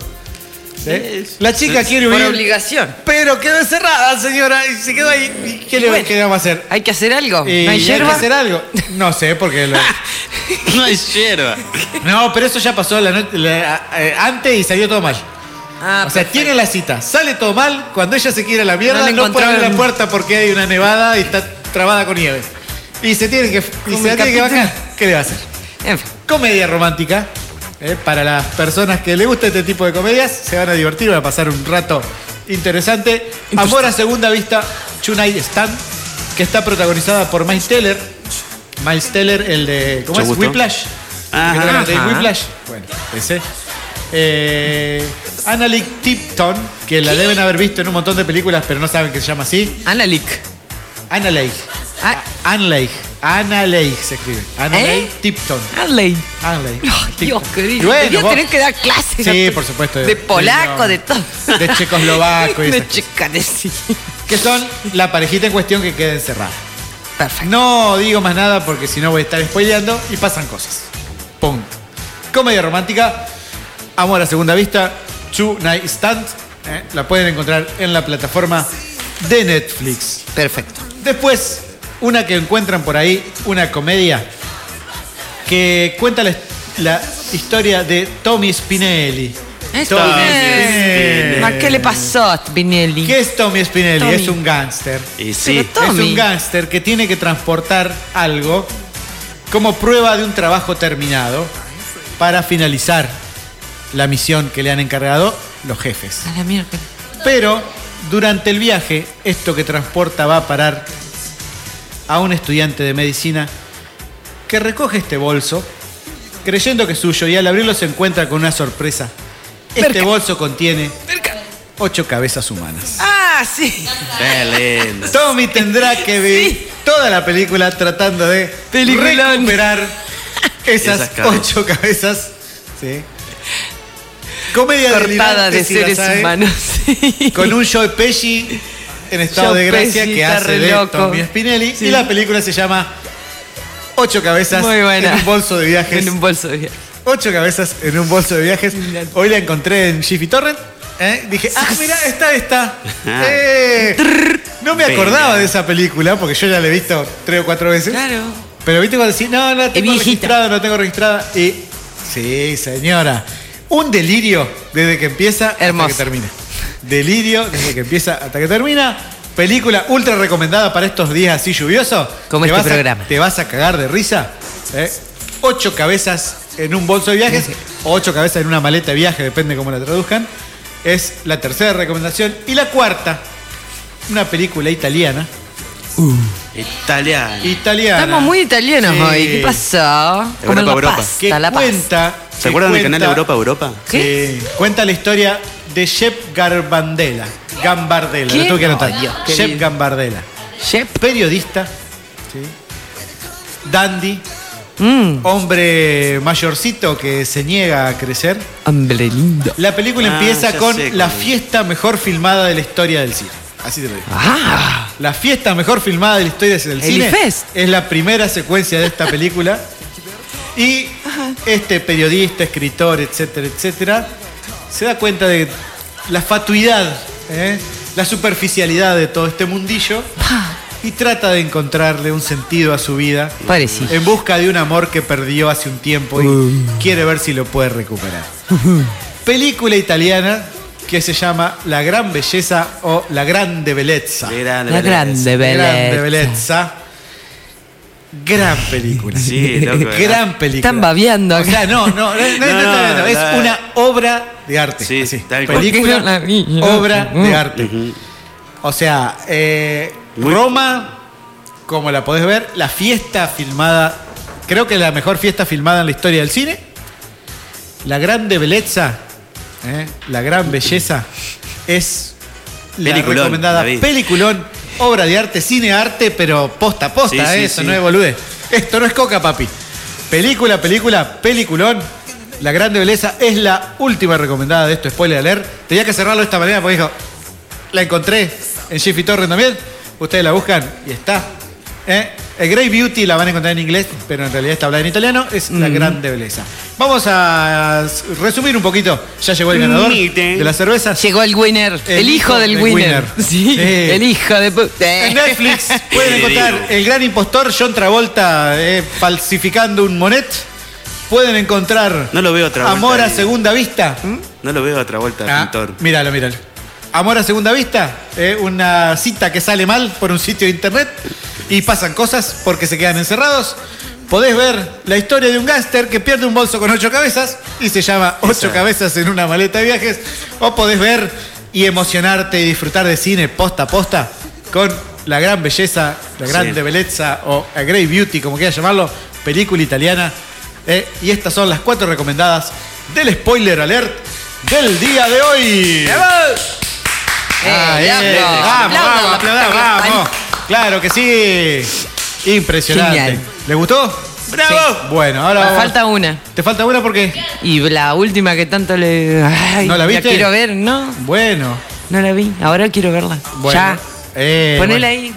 I: ¿Eh? La chica quiere huir.
C: Por obligación.
I: Pero quedó encerrada, señora, y se quedó ahí. ¿Y ¿Qué le
C: Bueno.
I: qué le vamos a hacer?
C: Hay que hacer algo.
I: Y
C: ¿No hay hierba?
I: Eh, que hacer algo. No sé,
C: [LAUGHS]
I: porque... lo-
D: No hay hierba.
I: No, pero eso ya pasó la noche- la- eh, antes y salió todo mal.
C: Ah,
I: o sea, tiene la cita, sale todo mal, cuando ella se quiere a la
C: No
I: mierda
C: le
I: no, puede abrir la
C: encontraron.
I: puerta porque hay una nevada y está trabada con nieve. Y se tiene que, y
C: Como
I: se
C: el
I: tiene que
C: capitán.
I: bajar. ¿Qué le va a hacer?
C: En fin.
I: Comedia romántica. eh, para las personas que les gusta este tipo de comedias, se van a divertir, van a pasar un rato interesante. Amor a segunda vista, Chunai Stan, que está protagonizada por Miles Teller. Miles Teller, el de. ¿Cómo
D: Mucho
I: es?
D: gusto.
I: Whiplash.
D: Ajá.
I: Que era de
D: Ajá.
I: Whiplash. Bueno, ese. Eh, Annalick Tipton, que la deben haber visto en un montón de películas, pero no saben que se llama así.
C: Annalick.
I: Annaleigh.
C: Ah.
I: Annaleigh. Annaleigh se escribe. Annaleigh
C: ¿Eh?
I: Tipton.
C: Adley.
I: Annaleigh.
C: Dios,
I: Tipton.
C: querido.
I: Y bueno,
C: Debería
I: vos-
C: tener que dar clases.
I: Sí, por supuesto.
C: De polaco, de todo.
I: De checoslovaco
C: [LAUGHS]
I: y
C: De
I: esas
C: checa, de sí.
I: que son la parejita en cuestión que queda encerrada. No digo más nada porque si no voy a estar spoileando y pasan cosas. Punto. Comedia romántica, Amor a segunda vista, Two Night Stand. ¿eh? La pueden encontrar en la plataforma de Netflix.
C: Perfecto.
I: Después, una que encuentran por ahí, una comedia que cuenta la, la historia de Tommy Spinelli.
C: Es
I: Tommy
C: Spinelli. ¿A ¿Qué le pasó a Spinelli?
I: ¿Qué es Tommy Spinelli?
C: Tommy.
I: Es un gángster.
D: Y
C: sí. Pero Tommy.
I: Es un gángster que tiene que transportar algo como prueba de un trabajo terminado para finalizar la misión que le han encargado los jefes.
C: A la mierda.
I: Pero durante el viaje, esto que transporta va a parar a un estudiante de medicina que recoge este bolso creyendo que es suyo y al abrirlo se encuentra con una sorpresa. Este bolso contiene ocho cabezas humanas.
C: Ah, sí.
D: Qué lindo.
C: [LAUGHS]
I: Tommy tendrá que ver toda la película tratando de
C: Peliculón. [LAUGHS]
I: recuperar esas,
D: Esas cabezas.
I: ocho cabezas. Sí. Comedia
C: Cortada
I: delirante,
C: de
I: si la
C: seres
I: sabe,
C: humanos. [LAUGHS]
I: Con un Joe Pesci en estado
C: Joe
I: de gracia
C: Pesci
I: que
C: está
I: hace
C: re
I: de
C: loco.
I: Tommy Spinelli.
C: Sí.
I: Y la película se llama Ocho cabezas
C: Muy buena.
I: en un bolso de viajes.
C: En un bolso de viaje.
I: Ocho cabezas en un bolso de viajes. Hoy la encontré en Jiffy Torrent. ¿eh? Dije, ah, mira, está, está. Eh, no me acordaba de esa película porque yo ya la he visto tres o cuatro veces.
C: Claro.
I: Pero viste cuando decís, no, no tengo
C: viejita.
I: registrada, no tengo registrada. Y, sí, señora. Un delirio desde que empieza
C: Hermoso.
I: hasta que termina. Delirio desde que empieza hasta que termina. Película ultra recomendada para estos días así lluviosos.
C: Como
I: Te
C: este
I: vas a-
C: programa.
I: te vas a cagar de risa. ¿eh? Ocho cabezas en un bolso
C: [LAUGHS]
I: de viajes, o ocho cabezas en una maleta de viaje, depende cómo la traduzcan. Es la tercera recomendación. Y la cuarta, una película italiana.
D: Italiano.
I: Italiana.
C: Estamos muy italianos
I: Sí.
C: hoy. ¿Qué pasó?
D: Europa,
C: Como la
D: Europa.
C: pasta,
I: Que
C: la pasta.
I: cuenta.
D: ¿Se
I: que
D: acuerdan del canal
I: cuenta-
D: Europa Europa?
I: Sí. Cuenta la historia de Shep Garbandella. Gambardella,
C: ¿Qué?
I: lo tengo que anotar.
C: Ay, Dios,
I: Shep
C: querido.
I: Gambardella.
C: Shep.
I: Periodista. ¿sí? Dandy.
C: Mm,
I: hombre mayorcito que se niega a crecer.
C: hombre lindo.
I: La película
D: Ah,
I: empieza
D: ya
I: con
D: sé
I: la
D: cómo.
I: fiesta mejor filmada de la historia del cine. Así te lo digo.
C: Ah,
I: La fiesta mejor filmada de la historia del
C: El
I: cine
C: IFES.
I: es la primera secuencia de esta película. Y este periodista, escritor, etcétera, etcétera, se da cuenta de la fatuidad, ¿eh? la superficialidad de todo este mundillo y trata de encontrarle un sentido a su vida
C: parecido. Uh.
I: en busca de un amor que perdió hace un tiempo y quiere ver si lo puede recuperar. Película italiana que se llama La Gran Belleza o La Grande Bellezza.
D: Grande,
C: La
D: Belén.
C: grande
I: Grande
C: Belén.
I: Bellezza. ¿ah? Gran
D: [LAUGHS]
I: película.
D: Sí, loco, ¿verdad?
I: Gran película.
C: Están babeando
I: O
C: acá.
I: sea, no, no, no, no, no,
D: No,
I: no, no, no,
D: no,
I: es
D: la-
I: una obra de arte.
D: Sí,
I: así.
D: tal cual.
C: Porque no la
I: Película,
C: vi, no.
I: obra de
C: Mm.
I: arte. O sea, eh,
D: Muy-
I: Roma, como la podés ver, la fiesta filmada, creo que la mejor fiesta filmada en la historia del cine. La grande belleza, eh, la gran belleza, es la
D: Peliculón,
I: recomendada
D: David.
I: peliculón, obra de arte, cine arte, pero posta, posta,
D: Sí,
I: eh,
D: sí,
I: eso
D: sí.
I: no es bolude. Esto no es coca, papi. Película, película, peliculón. La grande belleza es la última recomendada de esto, spoiler alert. Tenía que cerrarlo de esta manera porque dijo, la encontré en Jiffy Torrent también. Ustedes la buscan y está ¿eh? El Grey Beauty la van a encontrar en inglés, pero en realidad está hablada en italiano. Es la gran belleza. Vamos a resumir un poquito. Ya llegó el ganador
C: Mite.
I: de la cerveza.
C: Llegó el winner. El, hijo del, winner. [LAUGHS] Sí. El hijo de. pu- eh,
I: En Netflix pueden encontrar El gran impostor, John Travolta eh, falsificando un monet. Pueden encontrar
O: No lo veo otra vuelta.
I: Amor a
O: ahí.
I: segunda vista.
O: No lo veo otra vuelta,
I: Ah,
O: pintor.
I: Míralo, míralo. Amor a segunda vista, eh, una cita que sale mal por un sitio de internet y pasan cosas porque se quedan encerrados. Podés ver la historia de un gángster que pierde un bolso con ocho cabezas y se llama Ocho cabezas en una maleta de viajes. O podés ver y emocionarte y disfrutar de cine posta a posta con la gran belleza, la
O: Sí.
I: grande belleza o a Grey Beauty, como quieras llamarlo, película italiana. Eh, y estas son las cuatro recomendadas del spoiler alert del día de hoy. Ah, eh,
P: aplauso.
I: vamos,
P: Aplaudan,
I: vamos, aplaudan,
P: aplaudan.
I: vamos. Claro que sí. Impresionante.
C: Genial.
I: ¿Le gustó?
C: ¡Bravo!
I: Bueno, ahora
C: Me
I: vamos-
C: falta una.
I: ¿Te falta una por qué?
C: Y la última que tanto le. Ay,
I: ¿No la viste?
C: quiero ver, ¿no?
I: Bueno.
C: No la vi. Ahora quiero verla.
I: Bueno.
C: Ya.
I: Eh,
C: Ponela
I: bueno.
C: ahí.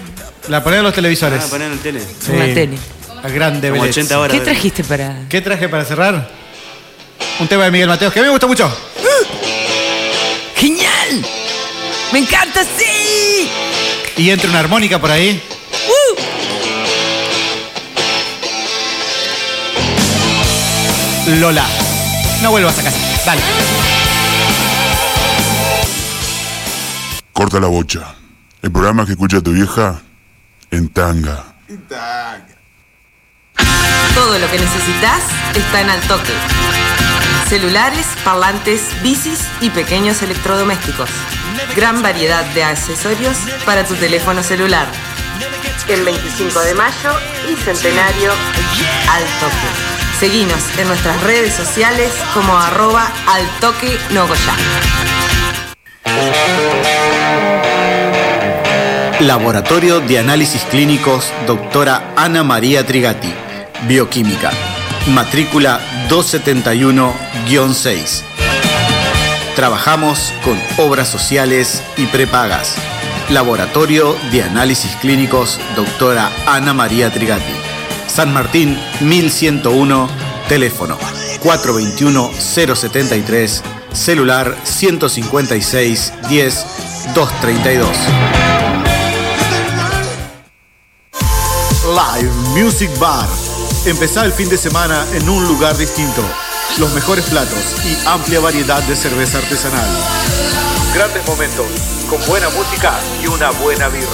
I: La ponen en los televisores.
O: Ah, poner en el tele.
I: Sí.
C: en la tele.
I: A grande
O: Como
I: belleza.
O: 80 horas
C: ¿Qué trajiste para.?
I: ¿Qué traje para cerrar? Un tema de Miguel Mateos que a mí me gusta mucho.
C: ¡Genial! ¡Me encanta, sí!
I: Y entra una armónica por ahí.
C: ¡Uh!
I: Lola. No vuelvas a casa. Dale.
Q: Corta la bocha. El programa que escucha tu vieja en tanga.
E: Todo lo que necesitas está en Al Toque. Celulares, parlantes, bicis y pequeños electrodomésticos. Gran variedad de accesorios para tu teléfono celular. El 25 de mayo y centenario Al Toque. Seguinos en nuestras redes sociales como arroba Al Toque Nogoyá.
B: Laboratorio de Análisis Clínicos, doctora Ana María Trigati, Bioquímica, matrícula 271-6. Trabajamos con obras sociales y prepagas. Laboratorio de Análisis Clínicos, doctora Ana María Trigati, San Martín 1101, teléfono 421-073, celular 156-10-232.
R: Live
B: Music Bar. Empezá el fin de semana en un lugar distinto. Los mejores platos y amplia variedad de cerveza artesanal. Grandes momentos, con buena música y una buena birra.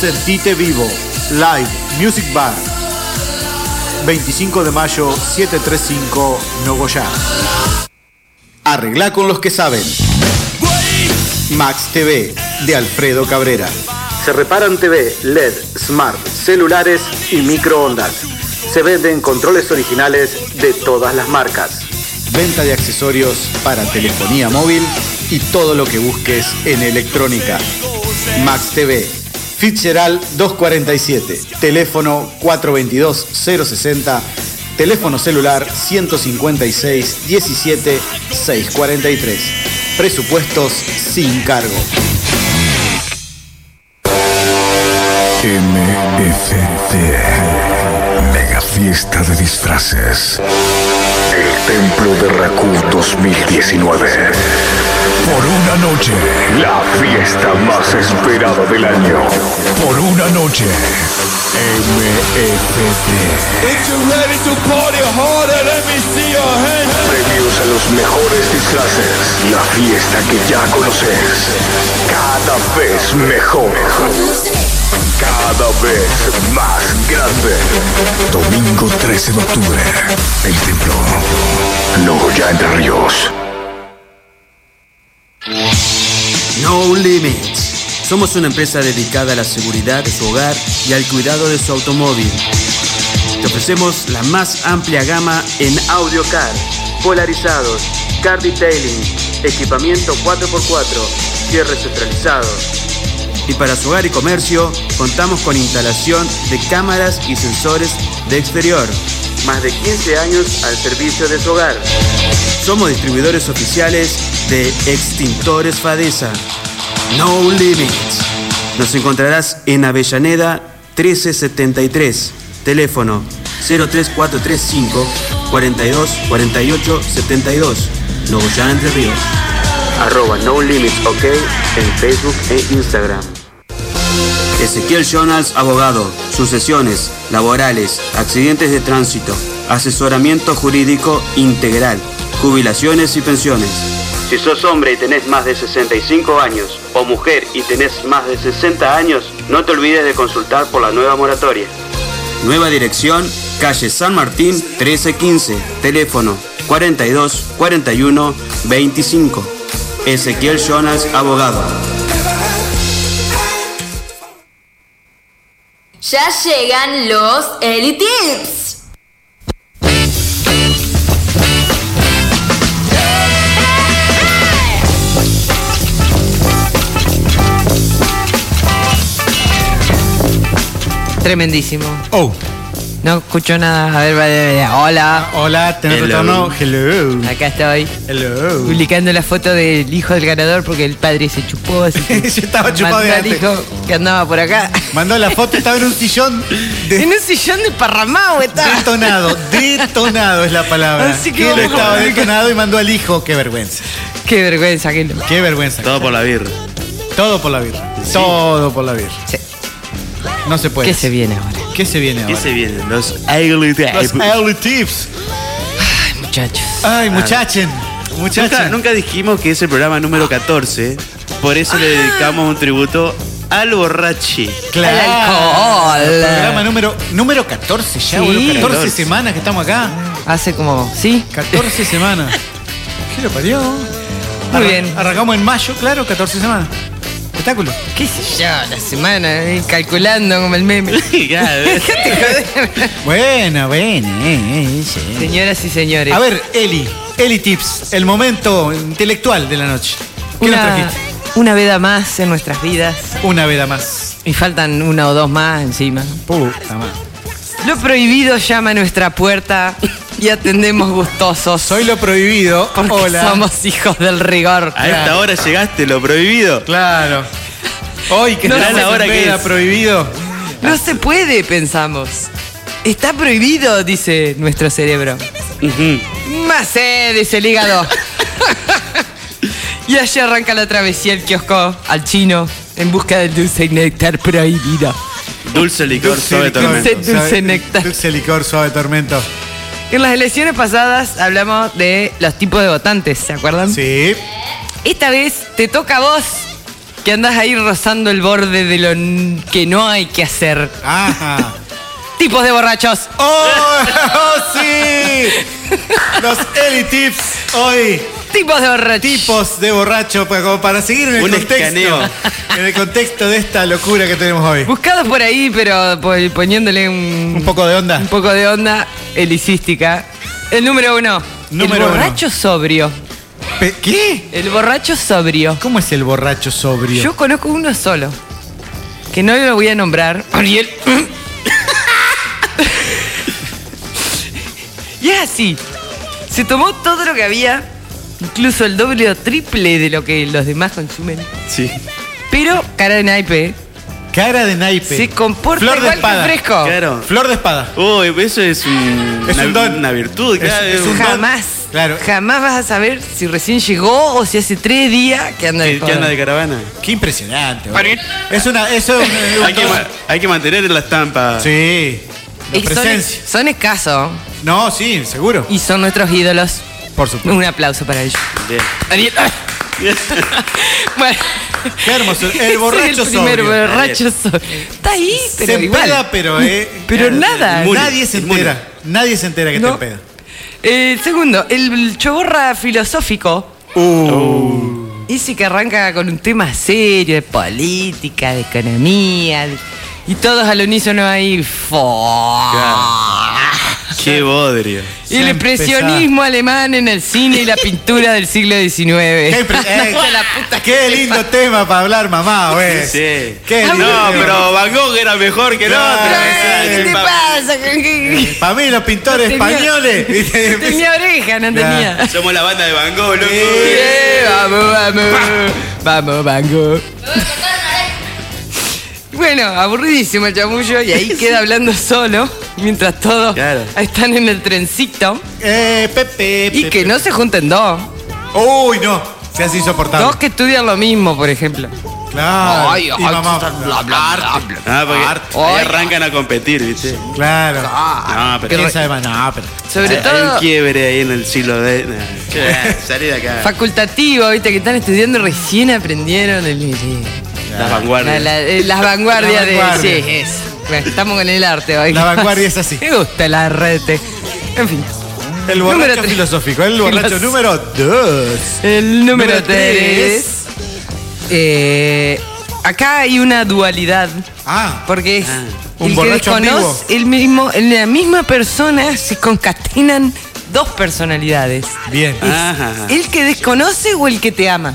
B: Sentite vivo. Live Music Bar. 25 de mayo, 735, Nogoyá. Arregla con los que saben. Max TV, de Alfredo Cabrera. Se reparan TV, LED, E smart, celulares y microondas. Se venden controles originales de todas las marcas. Venta de accesorios para telefonía móvil y todo lo que busques en electrónica. Max TV, Fitzgerald 247, teléfono 422-060, teléfono celular 156-17-643. Presupuestos sin cargo.
H: MFD. Mega fiesta de disfraces. El templo de Raku 2019. Por una noche. La fiesta más esperada del año. Por una noche. MFD.
P: If you're ready to party harder, let me see your hands.
H: Premios a los mejores disfraces. La fiesta que ya conoces. Cada vez mejor. Cada vez más grande. Domingo 13 de octubre. El templo. Nogoyá Entre Ríos.
D: No Limits. Somos una empresa dedicada a la seguridad de su hogar y al cuidado de su automóvil. Te ofrecemos la más amplia gama en audio car, polarizados, car detailing, equipamiento 4x4, cierres centralizados. Y para su hogar y comercio, contamos con instalación de cámaras y sensores de exterior. Más de 15 años al servicio de su hogar. Somos distribuidores oficiales de Extintores Fadesa. No Limits. Nos encontrarás en Avellaneda 1373. Teléfono 03435 42 48 72. Nogoyá Entre Ríos. Arroba No Limits OK en Facebook e Instagram. Ezequiel Jonas, abogado. Sucesiones, laborales, accidentes de tránsito, asesoramiento jurídico integral, jubilaciones y pensiones. Si sos hombre y tenés más de 65 años, o mujer y tenés más de 60 años, no te olvides de consultar por la nueva moratoria. Nueva dirección, calle San Martín 1315, teléfono 42 41 25. Ezequiel Jonas, abogado.
N: Ya llegan los Eli Tips.
C: Tremendísimo. Oh. No escucho nada. A ver, vale, vale. hola.
I: Hola, tenés
C: Hello.
I: retorno. Hello.
C: Acá estoy.
I: Hello.
C: Publicando la foto del hijo del ganador porque el padre se chupó. Así
I: [LAUGHS]
C: que
I: [LAUGHS] Yo estaba chupado
C: mandó
I: de
C: al
I: antes.
C: hijo que andaba por acá.
I: Mandó la foto, estaba en un sillón.
C: [LAUGHS] En un sillón de parramao está.
I: Detonado, detonado es la palabra.
C: Así que
I: Él
C: vamos a
I: estaba
C: ver.
I: detonado y mandó al hijo. Qué vergüenza.
C: [LAUGHS] Qué vergüenza, que no.
I: Qué vergüenza.
S: Todo por la birra.
I: Todo por la birra. Todo por la birra. No se puede.
C: ¿Qué se viene ahora?
I: ¿Qué se viene
S: ¿Qué
I: ahora?
S: se vienen? Los ugly
I: Los
S: Types.
I: early tips.
C: Muchachos.
I: Ay, muchachen.
S: Nunca,
I: Muchachen.
S: nunca dijimos que es el programa número 14. Por eso le dedicamos un tributo al borrachi.
I: Claro.
C: El alcohol.
I: Programa número, número 14 ya,
C: Sí.
I: boludo. 14
S: 14.
I: semanas que estamos acá.
C: Hace como. ¿Sí?
I: 14 semanas. ¿Qué lo parió? Arran-
C: bien.
I: Arrancamos en mayo, claro, 14 semanas. Espectáculo.
C: ¿Qué sé yo? La semana, eh, calculando como el meme. [LAUGHS] Dejate joder.
I: Buena, buena. eh, eh, sí.
C: Señoras y señores.
I: A ver, Eli, Eli Tips, el momento intelectual de la noche. ¿Qué nos
C: una,
I: trajiste?
C: una veda más en nuestras vidas.
I: Una veda más.
C: Y faltan una o dos más encima.
I: Puta madre.
C: Lo prohibido llama a nuestra puerta y atendemos gustosos.
I: Soy lo prohibido.
C: porque
I: Hola.
C: somos hijos del rigor.
S: A esta
I: Claro.
S: hora llegaste, lo prohibido.
I: Claro. Hoy que
C: No
I: estamos
C: sé
I: en
C: la
S: hora que
I: veda
S: es.
I: prohibido.
C: No se puede, pensamos. Está prohibido, dice nuestro cerebro. Más eh, sé, dice el
I: [LAUGHS]
C: hígado. y allí arranca la travesía al kiosco, al chino, en busca del dulce y néctar prohibido.
S: Dulce licor sobre
C: licor.
S: tormento.
C: dulce
I: Suave-
C: néctar.
I: Dulce licor, suave tormento.
C: En las elecciones pasadas hablamos de los tipos de votantes, ¿se acuerdan?
I: Sí.
C: Esta vez te toca a vos, que andás ahí rozando el borde de lo n- que no hay que hacer. [LAUGHS]
I: Ajá.
C: Tipos de borrachos.
I: ¡Oh, [LAUGHS] oh, sí! Los Eli Tips hoy.
C: Tipos de borrachos.
I: Tipos de borracho pa- como para seguir en el
S: Un
I: contexto.
S: escaneo.
I: [LAUGHS] En el contexto de esta locura que tenemos hoy.
C: Buscados por ahí, pero po- poniéndole un,
I: Un poco de onda.
C: un poco de onda helicística. El número uno.
I: Número
C: el
I: uno.
C: borracho sobrio.
I: Pe- ¿Qué?
C: El borracho sobrio.
I: ¿Cómo es el borracho sobrio?
C: Yo conozco uno solo. Que no lo voy a nombrar. Ariel. [LAUGHS] y es así. Se tomó todo lo que había. Incluso el doble o triple de lo que los demás consumen.
S: Sí.
C: Pero cara de naipe.
I: Cara de naipe.
C: Se comporta
I: Flor de
C: igual
I: espada.
C: que un fresco.
S: Claro.
I: Flor de espada.
S: Oh, eso es, un-
I: Es
S: una,
I: un don.
S: una virtud, claro.
I: es
S: es
I: un-
S: un-
C: Jamás.
I: Claro.
C: Jamás vas a saber si recién llegó o si hace tres días que anda de
S: que, que anda de caravana.
I: Qué impresionante. boludo. Es una. Eso es un-
S: Hay que, ma- hay que mantener la estampa.
I: Sí. La
C: Y son,
I: presencia.
C: son escasos
I: No, sí, seguro.
C: y son nuestros ídolos.
I: Por supuesto.
C: Un aplauso para ellos.
S: Bien.
C: Ariel. ¡ay! [LAUGHS] bueno.
I: Qué hermoso.
C: [LAUGHS] Ese es
I: El borracho
C: el primer
I: sobrio.
C: borracho sobrio. Está ahí, [LAUGHS] pero
I: se
C: igual.
I: empeda, pero eh,
C: Pero nada.
S: Inmune.
I: nadie se
S: Inmune.
I: entera. Nadie se entera que
C: No.
I: te empeda.
C: Eh, segundo, el choborra filosófico.
I: Uh.
C: Ese que arranca con un tema serio, de política, de economía. de- y todos al unísono ahí. fo-
S: Qué bodrio.
C: Y el
I: Ya
C: expresionismo alemán en el cine y la pintura del siglo XIX.
I: Qué,
C: [LAUGHS]
I: impre- eh,
C: La puta que
I: qué lindo tema para hablar, mamá, güey.
S: Sí.
I: Qué lindo
S: no,
I: tema.
S: pero Van Gogh era mejor que el
I: Claro,
S: otro. eh.
I: Ay,
C: ¿Qué te
S: Pa-
C: pasa? ¿Qué-
I: Para mí los pintores
C: Tenía- [LAUGHS]
I: españoles.
C: qué-
I: ¿viste?
C: Tenía oreja, no tenía.
S: Somos la banda de Van Gogh, loco.
C: Eh, vamos, vamos. Vamos, Bango. Bueno, Bueno, aburridísimo el chamullo y
I: [LAUGHS]
C: ahí queda hablando solo mientras todos están en el trencito.
I: Eh,
C: Y que no se junten dos.
I: Uy, no. Se hace insoportable.
C: Dos que estudian lo mismo, por ejemplo.
I: Claro.
C: Ay,
I: y
C: ay,
I: mamá,
C: bla,
D: Ah, porque
I: Arte.
D: ahí
I: Ay.
D: arrancan a competir, ¿viste?
I: Claro.
C: Ah,
D: No, pero
I: Esa de maná,
C: [LAUGHS]
I: pero-
C: Sobre
D: hay, hay
C: todo-
D: un quiebre ahí en el siglo de. nah, che, Salí de acá.
C: Facultativo, viste, que están estudiando y recién aprendieron el...
D: Las vanguardias.
C: La- la- eh, las vanguardias
I: La vanguardia.
C: de. Sí, es. Bueno, Estamos con el arte hoy.
I: La vanguardia es así.
C: [LAUGHS] Me gusta la rete. En fin.
I: El
C: Número
I: borracho
C: tres.
I: filosófico.
C: [LAUGHS]
I: El borracho
C: Filos-
I: número 2.
C: El número
I: Número
C: 3. acá hay una dualidad.
I: Ah.
C: Porque es.
I: un
C: el que
I: borracho ambiguo.
C: desconoce, el mismo, en la misma persona se concatenan dos personalidades.
I: Bien.
C: Es el que desconoce o el que te ama.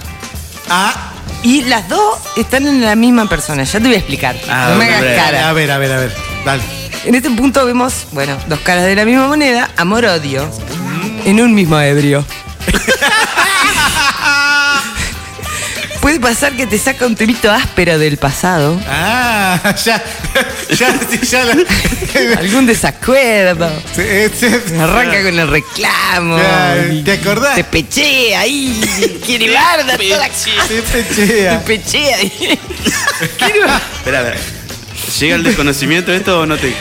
I: Ah.
C: Y las dos están en la misma persona. Ya te voy a explicar.
I: Ah,
C: no me hagas cara.
I: A ver, a ver, a ver. Dale.
C: En este punto vemos, bueno, dos caras de la misma moneda, amor-odio, en un mismo ebrio. [LAUGHS] Puede pasar que te saca un temito áspero del pasado,
I: Ah, [LAUGHS] ya. Ya, sí, ya.
C: [LAUGHS]
I: [LAUGHS] la-
C: algún desacuerdo,
I: Sí, sí.
C: arranca con el reclamo,
I: Ya, ¿Te acordás?
C: te pechea ahí, quiere barda toda la casa,
I: Te
C: te
I: pechea.
C: pechea ahí. Quiere barda.
D: Espera, espera. ¿Llega el desconocimiento esto o no te.?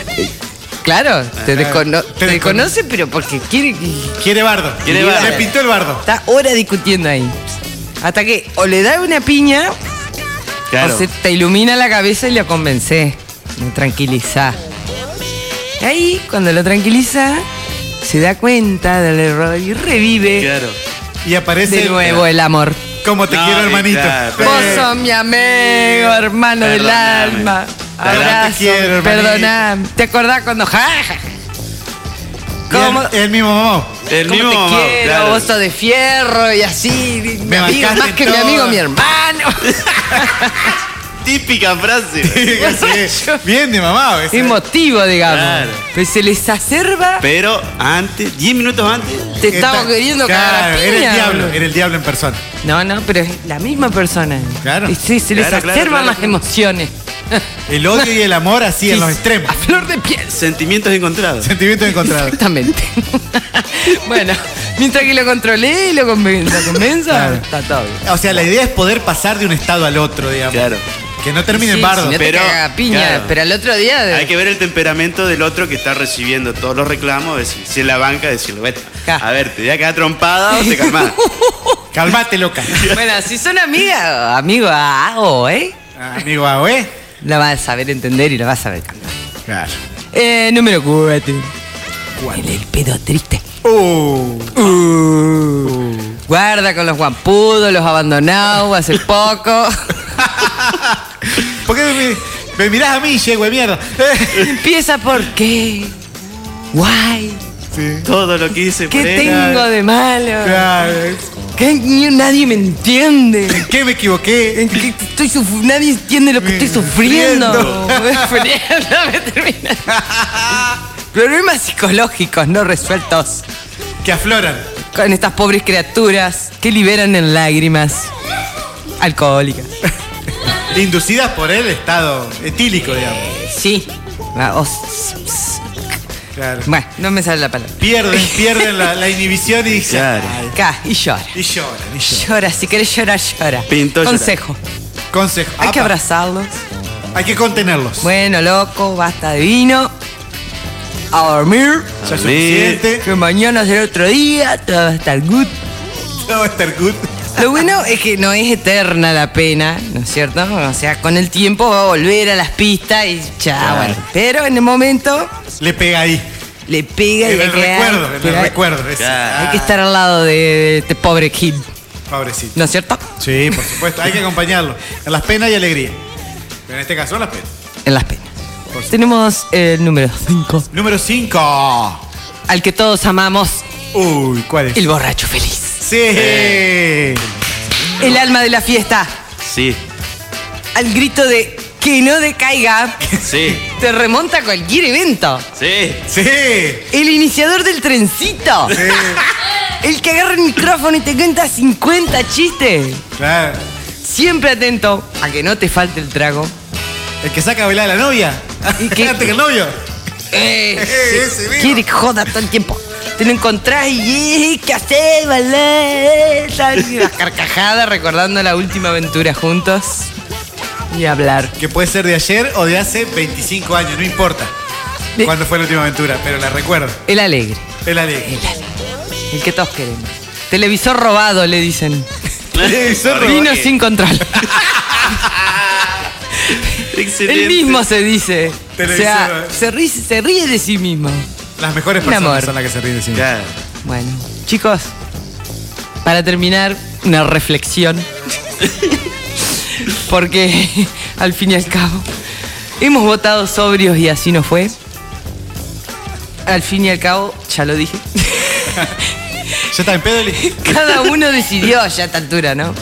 C: Claro, te,
D: Claro.
C: descono- te
D: Te descono-
C: desconoce, pero porque quiere que...
I: Quiere bardo.
D: Quiere bardo.
I: Le pintó el bardo.
C: Está hora discutiendo ahí. Hasta que o le da una piña o se te ilumina la cabeza y la convencé. Me tranquiliza. Ahí, cuando lo tranquiliza, se da cuenta del error y revive
D: Claro.
I: Y aparece. eh,
C: de nuevo el amor.
I: Como te
D: No,
I: quiero,
D: y
I: hermanito.
D: claro,
I: Eh,
C: Vos sos mi amigo, hermano del
D: Perdoname.
C: alma.
D: Perdón, te
C: Abrazo,
I: quiero, hermanito.
C: perdoná. ¿Te acordás cuando ja, ja, ja,
I: y
C: ¿Cómo,
I: El, el mismo
C: [LAUGHS]
I: mamá.
D: El
C: cómo
D: mismo
C: te
D: mamá,
C: quiero?
D: claro.
C: Vos sos de fierro y así. mi amigo,
I: bancaste
C: más que mi
I: todo.
C: amigo, mi
D: [LAUGHS]
C: hermano.
D: Típica frase.
I: Sí, Bien de mamá. ese.
C: Emotivo, digamos.
D: Claro.
C: Pues se les acerba.
D: Pero antes, 10 minutos antes.
C: Te estamos
I: Esta-
C: queriendo cagar a
I: Claro, era
C: piña,
I: el diablo.
C: boludo.
I: Era el diablo en persona.
C: No, no, pero es la misma persona.
I: Claro.
C: Y sí, se les
D: Claro, claro,
C: acerban
D: claro,
C: las
D: claro.
C: emociones.
I: El odio y el amor así en los
C: Sí,
I: extremos. [LAUGHS]
C: A flor de piel.
D: Sentimientos encontrados.
I: Sentimientos encontrados.
C: Exactamente. [LAUGHS] bueno, mientras que lo controlé y lo convenza, convenza,
I: Claro.
C: está todo bien.
I: O sea, la idea es poder pasar de un estado al otro, digamos.
D: Claro.
I: Que no termine
C: Sí,
I: en bardo.
C: si no te
D: pero-
C: caga a piña,
D: claro.
C: pero al otro día de-
D: Hay que ver el temperamento del otro que está recibiendo todos los reclamos. Decir, si es la banca, decirlo, vete.
C: Ja.
D: A ver, ¿te voy a quedar trompada o
C: [LAUGHS]
D: te calmás?
I: Calmate, loca.
C: Bueno, si son amigas, amigo, hago, ¿eh?
I: Amigo, ah, güey.
C: La vas a saber entender y la vas a saber cambiar.
I: Claro.
C: Eh, número 4. El, el pedo triste.
I: Uh,
C: Guarda con los guampudos, los abandonados hace poco.
I: ¿Por qué me, me mirás a mí, llego
C: [LAUGHS]
I: de mierda?
C: Empieza por qué. Guay.
I: Sí.
D: Todo lo que hice
C: ¿Qué
D: por él.
C: tengo de malo?
I: Claro.
C: ¿Qué ni- nadie me entiende?
I: [LAUGHS] ¿En qué me equivoqué?
C: ¿Qué estoy suf- nadie entiende lo que estoy sufriendo.
I: Sufriendo.
C: Sufriendo, me termina. Problemas psicológicos no resueltos
I: Que afloran.
C: con estas pobres criaturas que liberan en lágrimas alcohólicas.
I: Inducidas por el estado etílico, digamos.
C: Sí. Ah, o s- s-
I: Claro.
C: Bueno, no me sale la palabra.
I: Pierden, pierden la, la inhibición y dicen.
D: Claro.
I: "Ay".
C: Acá, y llora.
I: Y lloran, y lloran.
C: Llora, si querés llorar, llora.
D: Pintó llorar.
C: Consejo.
I: Consejo.
C: Hay que
I: Apa,
C: abrazarlos.
I: Hay que contenerlos.
C: Bueno, loco, basta de vino. A dormir.
I: Ya es suficiente.
C: Que mañana será otro día. Todo va a estar good.
I: Todo va a estar good.
C: Lo bueno es que no es eterna la pena, ¿no es cierto? O sea, con el tiempo va a volver a las pistas y chao. bueno. Pero en el momento
I: Le pega ahí.
C: le pega y
I: En
C: le
I: el
C: queda-
I: recuerdo, en
C: pero
I: el
C: hay-
I: recuerdo. ese.
C: Hay que estar al lado de este pobre kid,
I: Pobrecito.
C: ¿no es cierto?
I: Sí, por supuesto, hay que acompañarlo. En las penas y alegría. Pero en este caso, en las penas.
C: En las penas. Tenemos el número 5,
I: Número 5.
C: al que todos amamos,
I: Uy, ¿cuál es?
C: el borracho feliz.
I: Sí.
C: El alma de la fiesta,
D: Sí,
C: al grito de que no decaiga, [LAUGHS]
D: sí,
C: te remonta a cualquier evento.
D: sí.
I: Sí.
C: El iniciador del trencito. El que agarra el micrófono y te cuenta 50 chistes.
I: Claro.
C: Siempre atento a que no te falte el trago.
I: El que saca a bailar a la novia. [LAUGHS] ¿Y que el novio?
C: Ese quiere que joda todo el tiempo. Te lo encontrás y "Eh, ¿qué haces, vale? Las carcajadas recordando la última aventura juntos. Y hablar.
I: Que puede ser de ayer o de hace 25 años, no importa. ¿Cuándo fue la última aventura? Pero la recuerdo.
C: El alegre,
I: El alegre.
C: el que todos queremos. Televisor robado, le dicen.
I: Televisor
C: [LAUGHS]
I: robado.
C: Vino sin control. Él mismo se dice. O sea,
I: Televisor.
C: se ríe, se ríe de sí mismo.
I: Las mejores
C: Un
I: personas
C: amor.
I: son las que se ríen de sí mismas.
C: Bueno, chicos, para terminar, una reflexión. [LAUGHS] Porque al fin y al cabo, hemos votado sobrios y así no fue. Al fin y al cabo, ya lo dije.
I: ¿Ya está en pedo,
C: Cada uno decidió ya a esta altura, ¿no?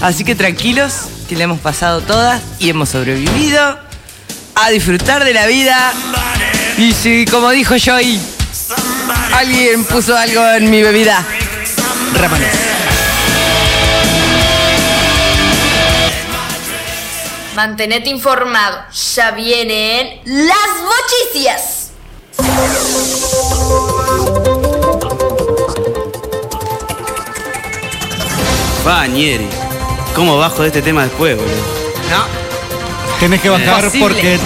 C: Así que tranquilos, que la hemos pasado todas y hemos sobrevivido a disfrutar de la vida. Y si, como dijo Joy, alguien puso algo en mi bebida, rápanos.
N: Mantenete informado. Ya vienen las bochicias.
D: Bañeri. ¿Cómo bajo de este tema después, boludo?
C: No.
I: Tenés que bajar
D: Imposible.
I: porque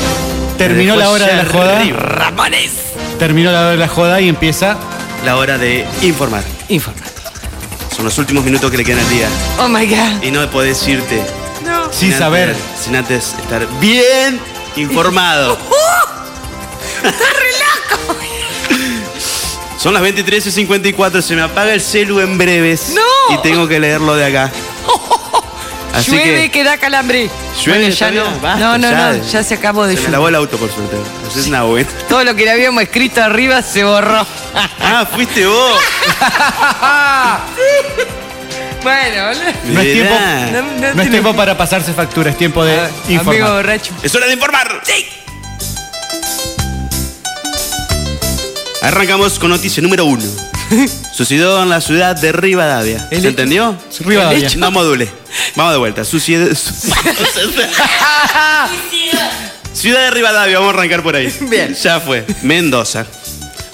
I: terminó la hora de la joda.
D: Ramones.
I: Terminó la hora de la joda y empieza.
D: La hora de informar.
C: Informar.
D: Son los últimos minutos que le quedan al día.
C: Oh my god.
D: Y no podés irte.
C: No.
I: Sin
D: antes-
I: saber.
D: sin antes estar bien informado. Son las 23 y 54. Se me apaga el celu en breves.
C: No.
D: Y tengo que leerlo de acá. Así
C: llueve que,
D: que.
C: da calambre.
D: Llueve,
C: Bueno, ya
D: todavía,
C: no.
D: basta,
C: no, no,
D: ya.
C: no, ya se acabó de
D: Se me lavó el auto, por suerte. Eso es una buena.
C: Todo lo que le habíamos escrito arriba se borró.
D: Ah, fuiste vos.
C: bueno, boludo.
I: No es tiempo, no, es tiempo para pasarse factura, es tiempo de
C: Ah,
I: informar.
C: Eh, Amigo borracho.
D: Es hora de informar. Arrancamos con noticia número uno. Sucedió en la ciudad de Rivadavia. ¿Se entendió?
I: Rivadavia. hecho.
D: No module. Vamos de vuelta. Sucedió- [LAUGHS] su- ciudad de Rivadavia, vamos a arrancar por ahí.
C: Bien.
D: Ya fue. Mendoza.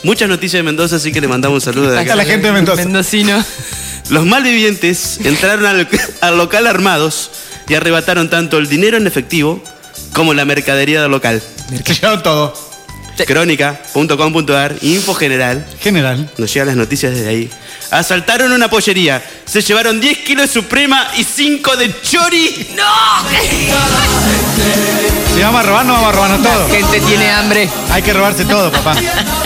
D: Muchas noticias de Mendoza, así que le mandamos un saludo de acá.
I: A la gente de Mendoza.
C: eh, Mendocino.
D: Los malvivientes entraron al, al local armados y arrebataron tanto el dinero en efectivo como la mercadería del local.
I: Se llevaron todo.
D: Crónica.com.ar, info general.
I: General.
D: Nos llegan las noticias desde ahí. Asaltaron una pollería. Se llevaron 10 kilos de suprema y 5 de chori.
I: Si vamos a robar, no vamos a robarnos todo.
C: La gente tiene hambre.
I: Hay que robarse
C: [LAUGHS]
I: todo, papá.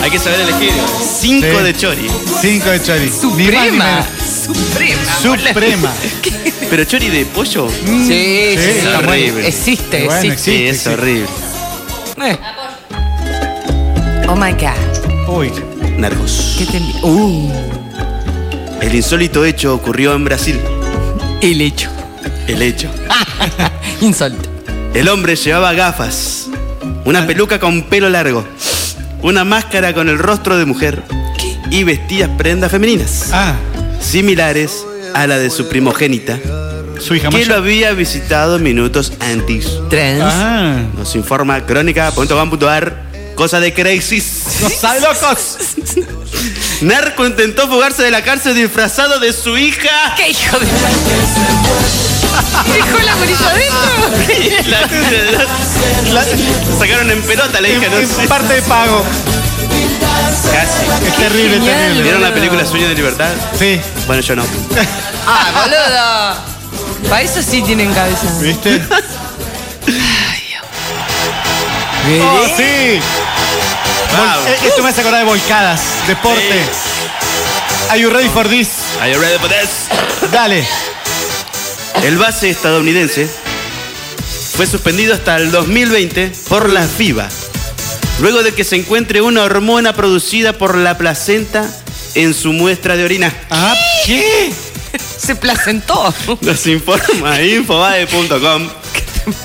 D: Hay que saber elegir. 5
I: Sí.
D: de chori.
I: Cinco de chori. Ni más ni
C: Suprema.
I: menos.
C: Suprema.
I: Suprema.
D: Pero chori de pollo.
C: Sí, sí,
D: Sí,
C: sí.
D: está bueno.
C: Existe,
I: Bueno,
C: existe.
D: Sí, es horrible.
C: Eh. Oh my god.
I: Uy.
D: Narcos.
C: ¿Qué te envi- Uh,
D: El insólito hecho ocurrió en Brasil.
C: el hecho.
D: El hecho.
C: Insolto.
D: El hombre llevaba gafas, una peluca con pelo largo, una máscara con el rostro de mujer y vestidas prendas femeninas,
I: Ah,
D: similares a la de su primogénita,
I: su hija
D: que lo
I: mayor.
D: había visitado minutos antes.
C: Trans.
I: Ah.
D: Nos informa crónica.com.ar, cosa de crisis.
I: ¡Los hay locos!
D: Narco intentó fugarse de la cárcel disfrazado de su hija.
C: ¡Qué hijo de. ¡Dejó la bolita adentro!
D: La- la- la sacaron en pelota, le hija, no
I: En- en
D: sé.
I: parte de pago.
D: Casi.
I: Es terrible,
C: genial.
I: terrible.
D: ¿Vieron la película Sueño de Libertad?
I: Sí.
D: Bueno, yo no.
C: ¡Ah, boludo! Para eso sí tienen cabeza.
I: [LAUGHS] ¿Viste?
C: ¿Veré?
I: ¡Oh, sí! Vol-
D: Wow.
I: eh, Esto me hace acordar de volcadas, deporte. Are you ready for this?
D: Are you ready for this?
I: Dale.
D: El base estadounidense fue suspendido hasta el 2020 por la FIBA, luego de que se encuentre una hormona producida por la placenta en su muestra de orina. [LAUGHS]
I: Ah, ¿qué?
C: Se placentó.
D: Nos informa infobae.com.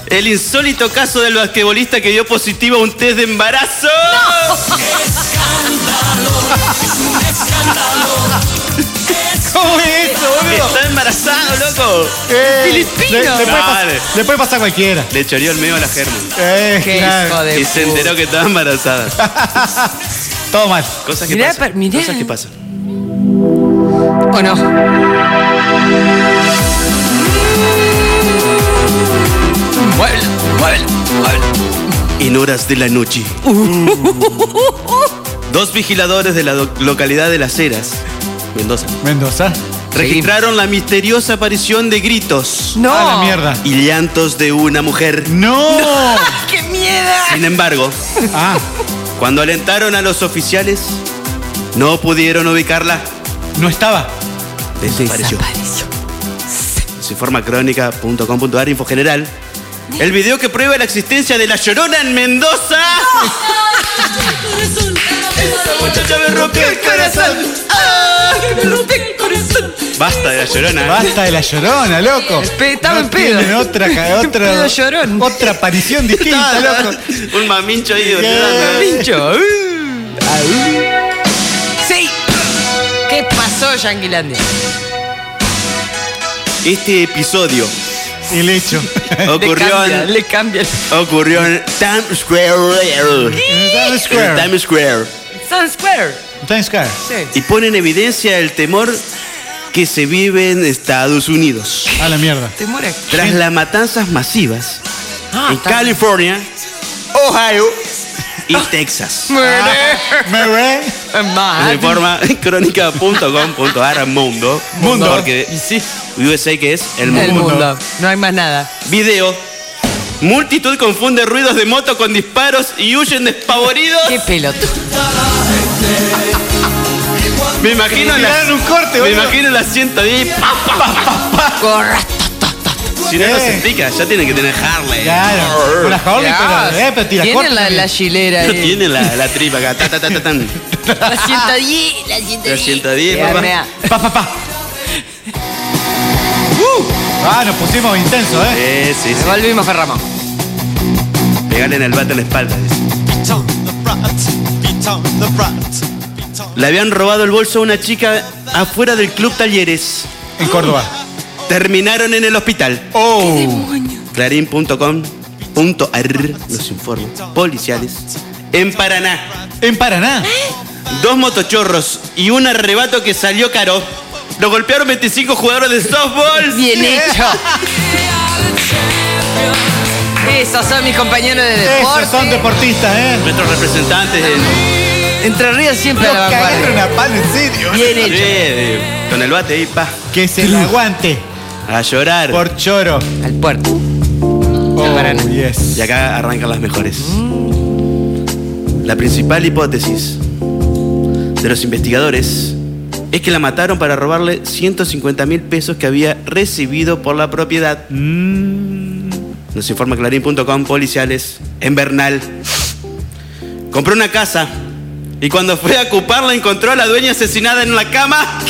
D: El insólito caso del basquetbolista que dio positivo a un test de embarazo.
I: ¿Cómo es eso, boludo?
D: Está embarazado, loco.
I: Le, le puede pas-
D: Dale.
I: le puede pasar cualquiera.
D: Le choreó el medio a la Germán.
I: Eh,
C: Qué
I: claro.
C: hijo de
D: Y se
C: puta.
D: enteró que estaba embarazada.
I: Todo mal.
D: Cosas que
C: Mirá,
D: pasan.
C: pa- mirá.
D: Cosas que pasan.
C: ¿O no? Muévelo, muévelo, muévelo.
D: En horas de la noche. Dos vigiladores de la do- localidad de Las Heras, Mendoza,
I: Mendoza.
D: registraron la misteriosa aparición de gritos
C: No.
I: A Ah, la mierda.
D: y llantos de una mujer.
I: [LAUGHS] ¡No!
C: ¡Qué mierda!
D: Sin embargo,
I: Ah,
D: cuando alentaron a los oficiales, no pudieron ubicarla.
I: no estaba.
D: Desapareció. Se informa crónica.com.ar Info General. El video que prueba la existencia de la llorona en Mendoza. Esa muchacha me rompió el corazón. Ah, que me rompió el corazón. Basta de la llorona. ¿eh?
I: Basta de la llorona, loco.
C: Pe- [LAUGHS] estaba en pedo. [LAUGHS]
I: Tienen otra, ca- otra,
C: Pedo llorón.
I: otra aparición distinta, loco.
D: Un mamincho ahí
I: Yeah.
D: llorando.
C: Pincho. Uh. Sí. ¿Qué pasó, Yanguilandia?
D: Este [LAUGHS] episodio
C: [LAUGHS]
I: El hecho.
C: le
D: ocurrió
C: cambia,
D: en,
C: le cambia.
D: ocurrió en Times Square.
I: Times
D: En
I: Square.
D: Times Square.
C: Sun Square.
I: Times Square.
C: Sí.
D: Y pone en evidencia el temor que se vive en Estados Unidos.
I: A
C: [LAUGHS]
I: la mierda.
C: Te mueres.
D: Tras las matanzas masivas
C: Ah,
D: en
C: está-
D: California, Ohio y
I: Ah.
D: Texas.
C: Muere.
I: Me re.
D: Se
I: Ah,
C: Más.
D: [LAUGHS] informa crónica.com.ar mundo.
I: Mundo.
D: Porque
C: Y sí,
D: USA que es el mundo.
C: el mundo. No hay más nada.
D: Video. Multitud confunde ruidos de moto con disparos y huyen despavoridos.
C: Qué pelotudo.
D: Me imagino las,
I: Tiraron un corte,
D: me
I: boludo.
D: imagino las 110 y pa, pa, pa, pa, pa.
C: Corra.
D: Si no, no se
I: Eh.
D: explica, ya tienen que tener Harley.
I: Claro. Con las Harley,
C: Ya,
I: pero, eh, pero tira corte.
C: Tienen la, la chilera
I: [LAUGHS]
D: No
C: ahí.
D: tiene la, la tripa acá. Ta, ta, ta, ta, tan.
C: La 110, la 110.
D: La 110,
C: Mea,
D: papá.
C: mea.
I: Pa, pa, pa. Uh, ah, nos pusimos intenso, eh.
D: Eh, sí, sí.
C: Volvimos, Ferramón.
D: Pegarle en el vato en la espalda. dice. Le habían robado el bolso a una chica afuera del club Talleres.
C: Uh.
I: En Córdoba.
D: Terminaron en el hospital.
I: Oh.
D: Clarín.com.ar nos informa. Policiales. En Paraná.
I: En Paraná.
D: Dos motochorros y un arrebato que salió caro. Lo golpearon 25 jugadores de softball.
C: Bien hecho. Esos son mis compañeros de deporte.
I: Esos son deportistas, eh.
D: Nuestros representantes. en-
C: Entre Ríos siempre a la vanguardia.
I: una pala, en serio.
C: Bien
D: Sí,
C: hecho.
D: de- eh, con el bate ahí, pa.
I: Que se la aguante.
D: A llorar.
I: Por choro.
C: Al puerto.
I: Oh,
C: Paraná.
I: yes.
D: Y acá arrancan las mejores. La principal hipótesis de los investigadores es que la mataron para robarle 150 mil pesos que había recibido por la propiedad.
C: Mm.
D: Nos informa clarín.com, policiales, en Bernal. Compró una casa y cuando fue a ocuparla encontró a la dueña asesinada en la cama. [LAUGHS]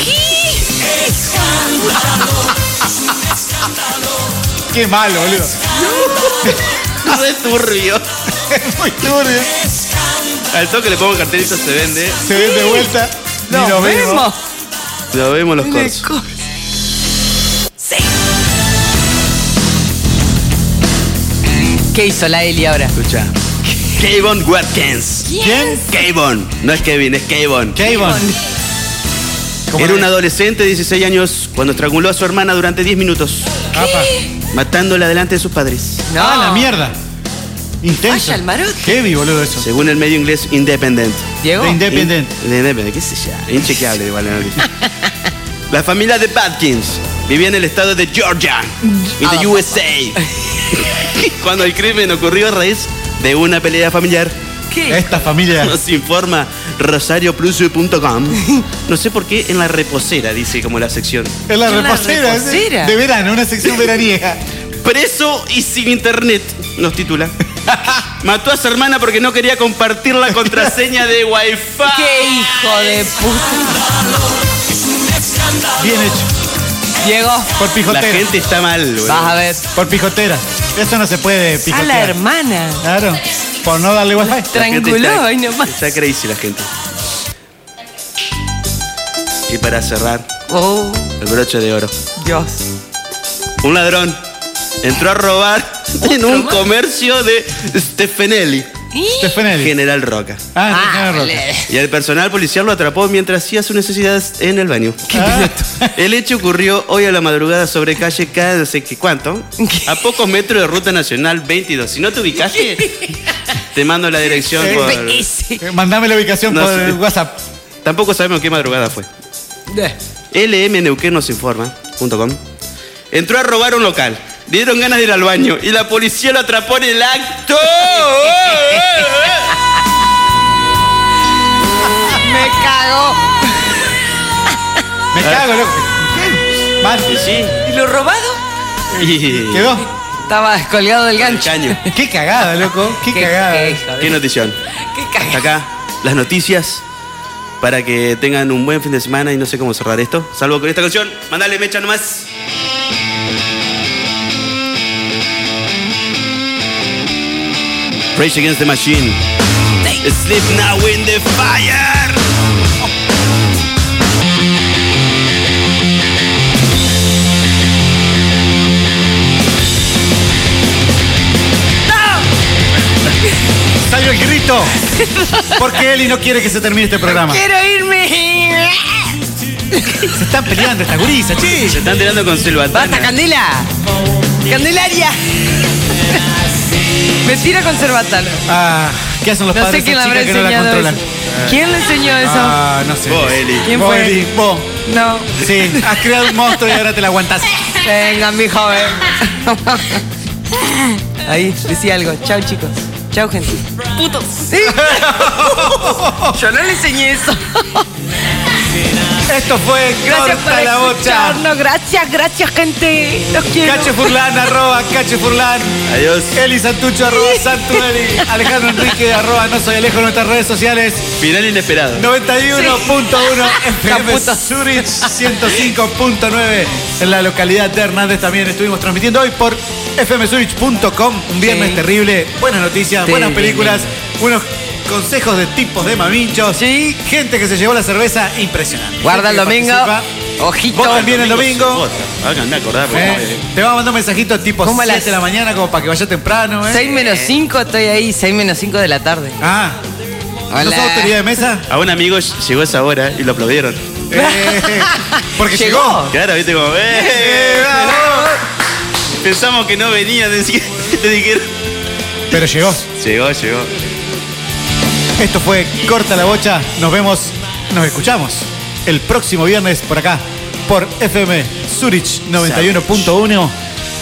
I: Qué malo, boludo. [LAUGHS]
D: Re turbio.
I: Muy turbio.
D: Al toque le pongo cartelito, se vende.
I: Se ven de vuelta. Ni
C: Nos
I: lo vemos.
C: vemos.
D: Lo vemos los
C: Me
D: cortos.
C: co- ¿Qué hizo la Eli ahora?
D: Escucha. Kevin Watkins.
I: ¿Quién?
D: Kevin. No es Kevin, es Kevin.
I: Kayvon. ¿Cómo
D: Era
I: le-
D: un adolescente de 16 años cuando estranguló a su hermana durante 10 minutos,
I: Apa.
D: matándola delante de sus padres.
C: No,
I: Ah, la mierda. Intenso.
C: Vaya el marote.
I: Heavy, boludo, eso.
D: Según el medio inglés Independent.
C: Diego.
I: De Independent.
D: In- Independent, qué sé yo. Inchequeable igual. la noticia. [LAUGHS] La familia de Watkins vivía en el estado de Georgia, en
I: Ah,
D: the USA. [LAUGHS] cuando el crimen ocurrió a raíz de una pelea familiar.
C: ¿Qué?
I: Esta
D: [LAUGHS]
I: familia.
D: Nos informa rosarioplus.com. No sé por qué en la reposera, dice como la sección.
I: Es la
C: Es la
I: reposera. es de-
C: reposera.
I: De verano, una
D: [LAUGHS]
I: sección veraniega.
D: Preso y sin internet, nos titula. Mató a su hermana porque no quería compartir la contraseña de Wi-Fi.
C: ¿Qué hijo de puta?
I: Bien hecho.
C: Diego,
I: Por
D: La
I: pijotera.
D: gente está mal, boludo.
C: vas a ver.
I: Por pijotera. Eso no se
C: A
I: puede
C: la
I: pijotear.
C: hermana.
I: Claro. Por no darle wifi.
D: La gente
C: Estranguló
D: está-
C: ahí nomás.
D: Está crazy la gente. Y para cerrar,
C: Oh,
D: el broche de oro.
C: Dios.
D: Un ladrón entró a robar en un comercio de Stefanelli.
I: Stefanelli.
D: General Roca.
I: Ah,
D: Y el personal policial lo atrapó mientras hacía sus necesidades en el baño. Ah. El hecho ocurrió hoy a la madrugada sobre calle K, no sé qué cuánto, a pocos metros de Ruta Nacional 22. Si no te ubicaste, te mando la dirección por...
I: Eh, Mandame la ubicación
D: No
I: por
D: sé.
I: WhatsApp.
D: Tampoco sabemos qué madrugada fue. LM Neuquén nos informa, punto com, entró a robar un local. Le dieron ganas de ir al baño y la policía lo atrapó en el acto.
C: Me cago.
I: Me
C: Ah.
I: cago, loco.
D: Y sí.
C: ¿Y lo robado?
I: ¿Quedó?
C: Estaba descolgado del gancho.
I: [LAUGHS] Qué cagada, loco. Qué, cagada. eh.
D: Qué notición. Hasta Acá las noticias para que tengan un buen fin de semana y no sé cómo cerrar esto, salvo con esta canción. Mandale mecha nomás. Rage Against the Machine. Sleep now in the fire.
I: Salió el grito. Porque Eli no quiere que se termine este programa.
C: Quiero irme.
I: Se están peleando esta gurisa, che.
D: Se están tirando con
C: Basta,
D: Silvatana.
C: Candela. Candelaria. Me tira con cerbatana.
I: Ah, ¿qué hacen los
C: No
I: padres
C: sé quién
I: de
C: le
I: esas
C: habrá
I: chicas que no la
C: enseñado
I: controlan?
C: eso. ¿Quién le enseñó eso? eh.
I: Ah, no sé.
D: Vos, Eli.
C: ¿Quién
I: Vos,
C: fue?
I: Eli, vos.
C: No.
I: Sí, has creado un monstruo y ahora te la aguantás.
C: Venga, mi joven. Ahí, decía algo. Chau, chicos. Chau, gente. Putos. Yo no le enseñé eso.
I: Esto fue
C: Gracias
I: Corta
C: por
I: la Bocha.
C: escucharnos. Gracias, gracias, gente. Los quiero.
I: Cacho Furlan, arroba Cacho Furlan.
D: Adiós.
I: Eli Santucho, arroba Santu Eli. Alejandro Enrique, arroba No Soy Alejo, nuestras redes sociales.
D: Final inesperado.
I: 91.1 FM
D: Caputo.
I: Zurich, 105.9 en la localidad de Hernández también estuvimos transmitiendo hoy por fmzurich.com un viernes
C: Sí.
I: terrible, buenas noticias,
C: Sí,
I: buenas
C: bien,
I: películas, unos consejos de tipos de maminchos, gente que se llevó la cerveza, impresionante.
C: Guarda el
I: Gente que
C: domingo.
I: participa.
C: Ojito.
I: Vos también el domingo.
D: Otra. Hagan de acordar, porque no
I: Eh,
D: me-
I: te va a mandar un mensajito tipo
C: ¿Cómo
I: 7
C: las-
I: de la mañana como para que vaya temprano. Eh.
C: 6 menos 5, estoy ahí. 6 menos 5 de la tarde.
I: Ah, ¿no sos autoridad
C: [LAUGHS]
I: de mesa?
D: eh. A un amigo llegó esa hora y lo aplaudieron.
I: Eh, porque
C: Llegó.
I: llegó.
D: Claro, viste como, ¡eh! Pensamos que no venía, [LAUGHS] decí- le dijeron.
I: Pero llegó.
D: Llegó, llegó.
I: Esto fue Corta la Bocha. Nos vemos, nos escuchamos el próximo viernes por acá, por FM Zurich 91.1.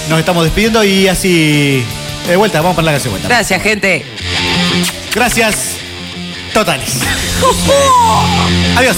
I: Nos estamos despidiendo y así. De vuelta, vamos para la canción de vuelta.
C: Gracias, gente.
I: Gracias, totales. Adiós.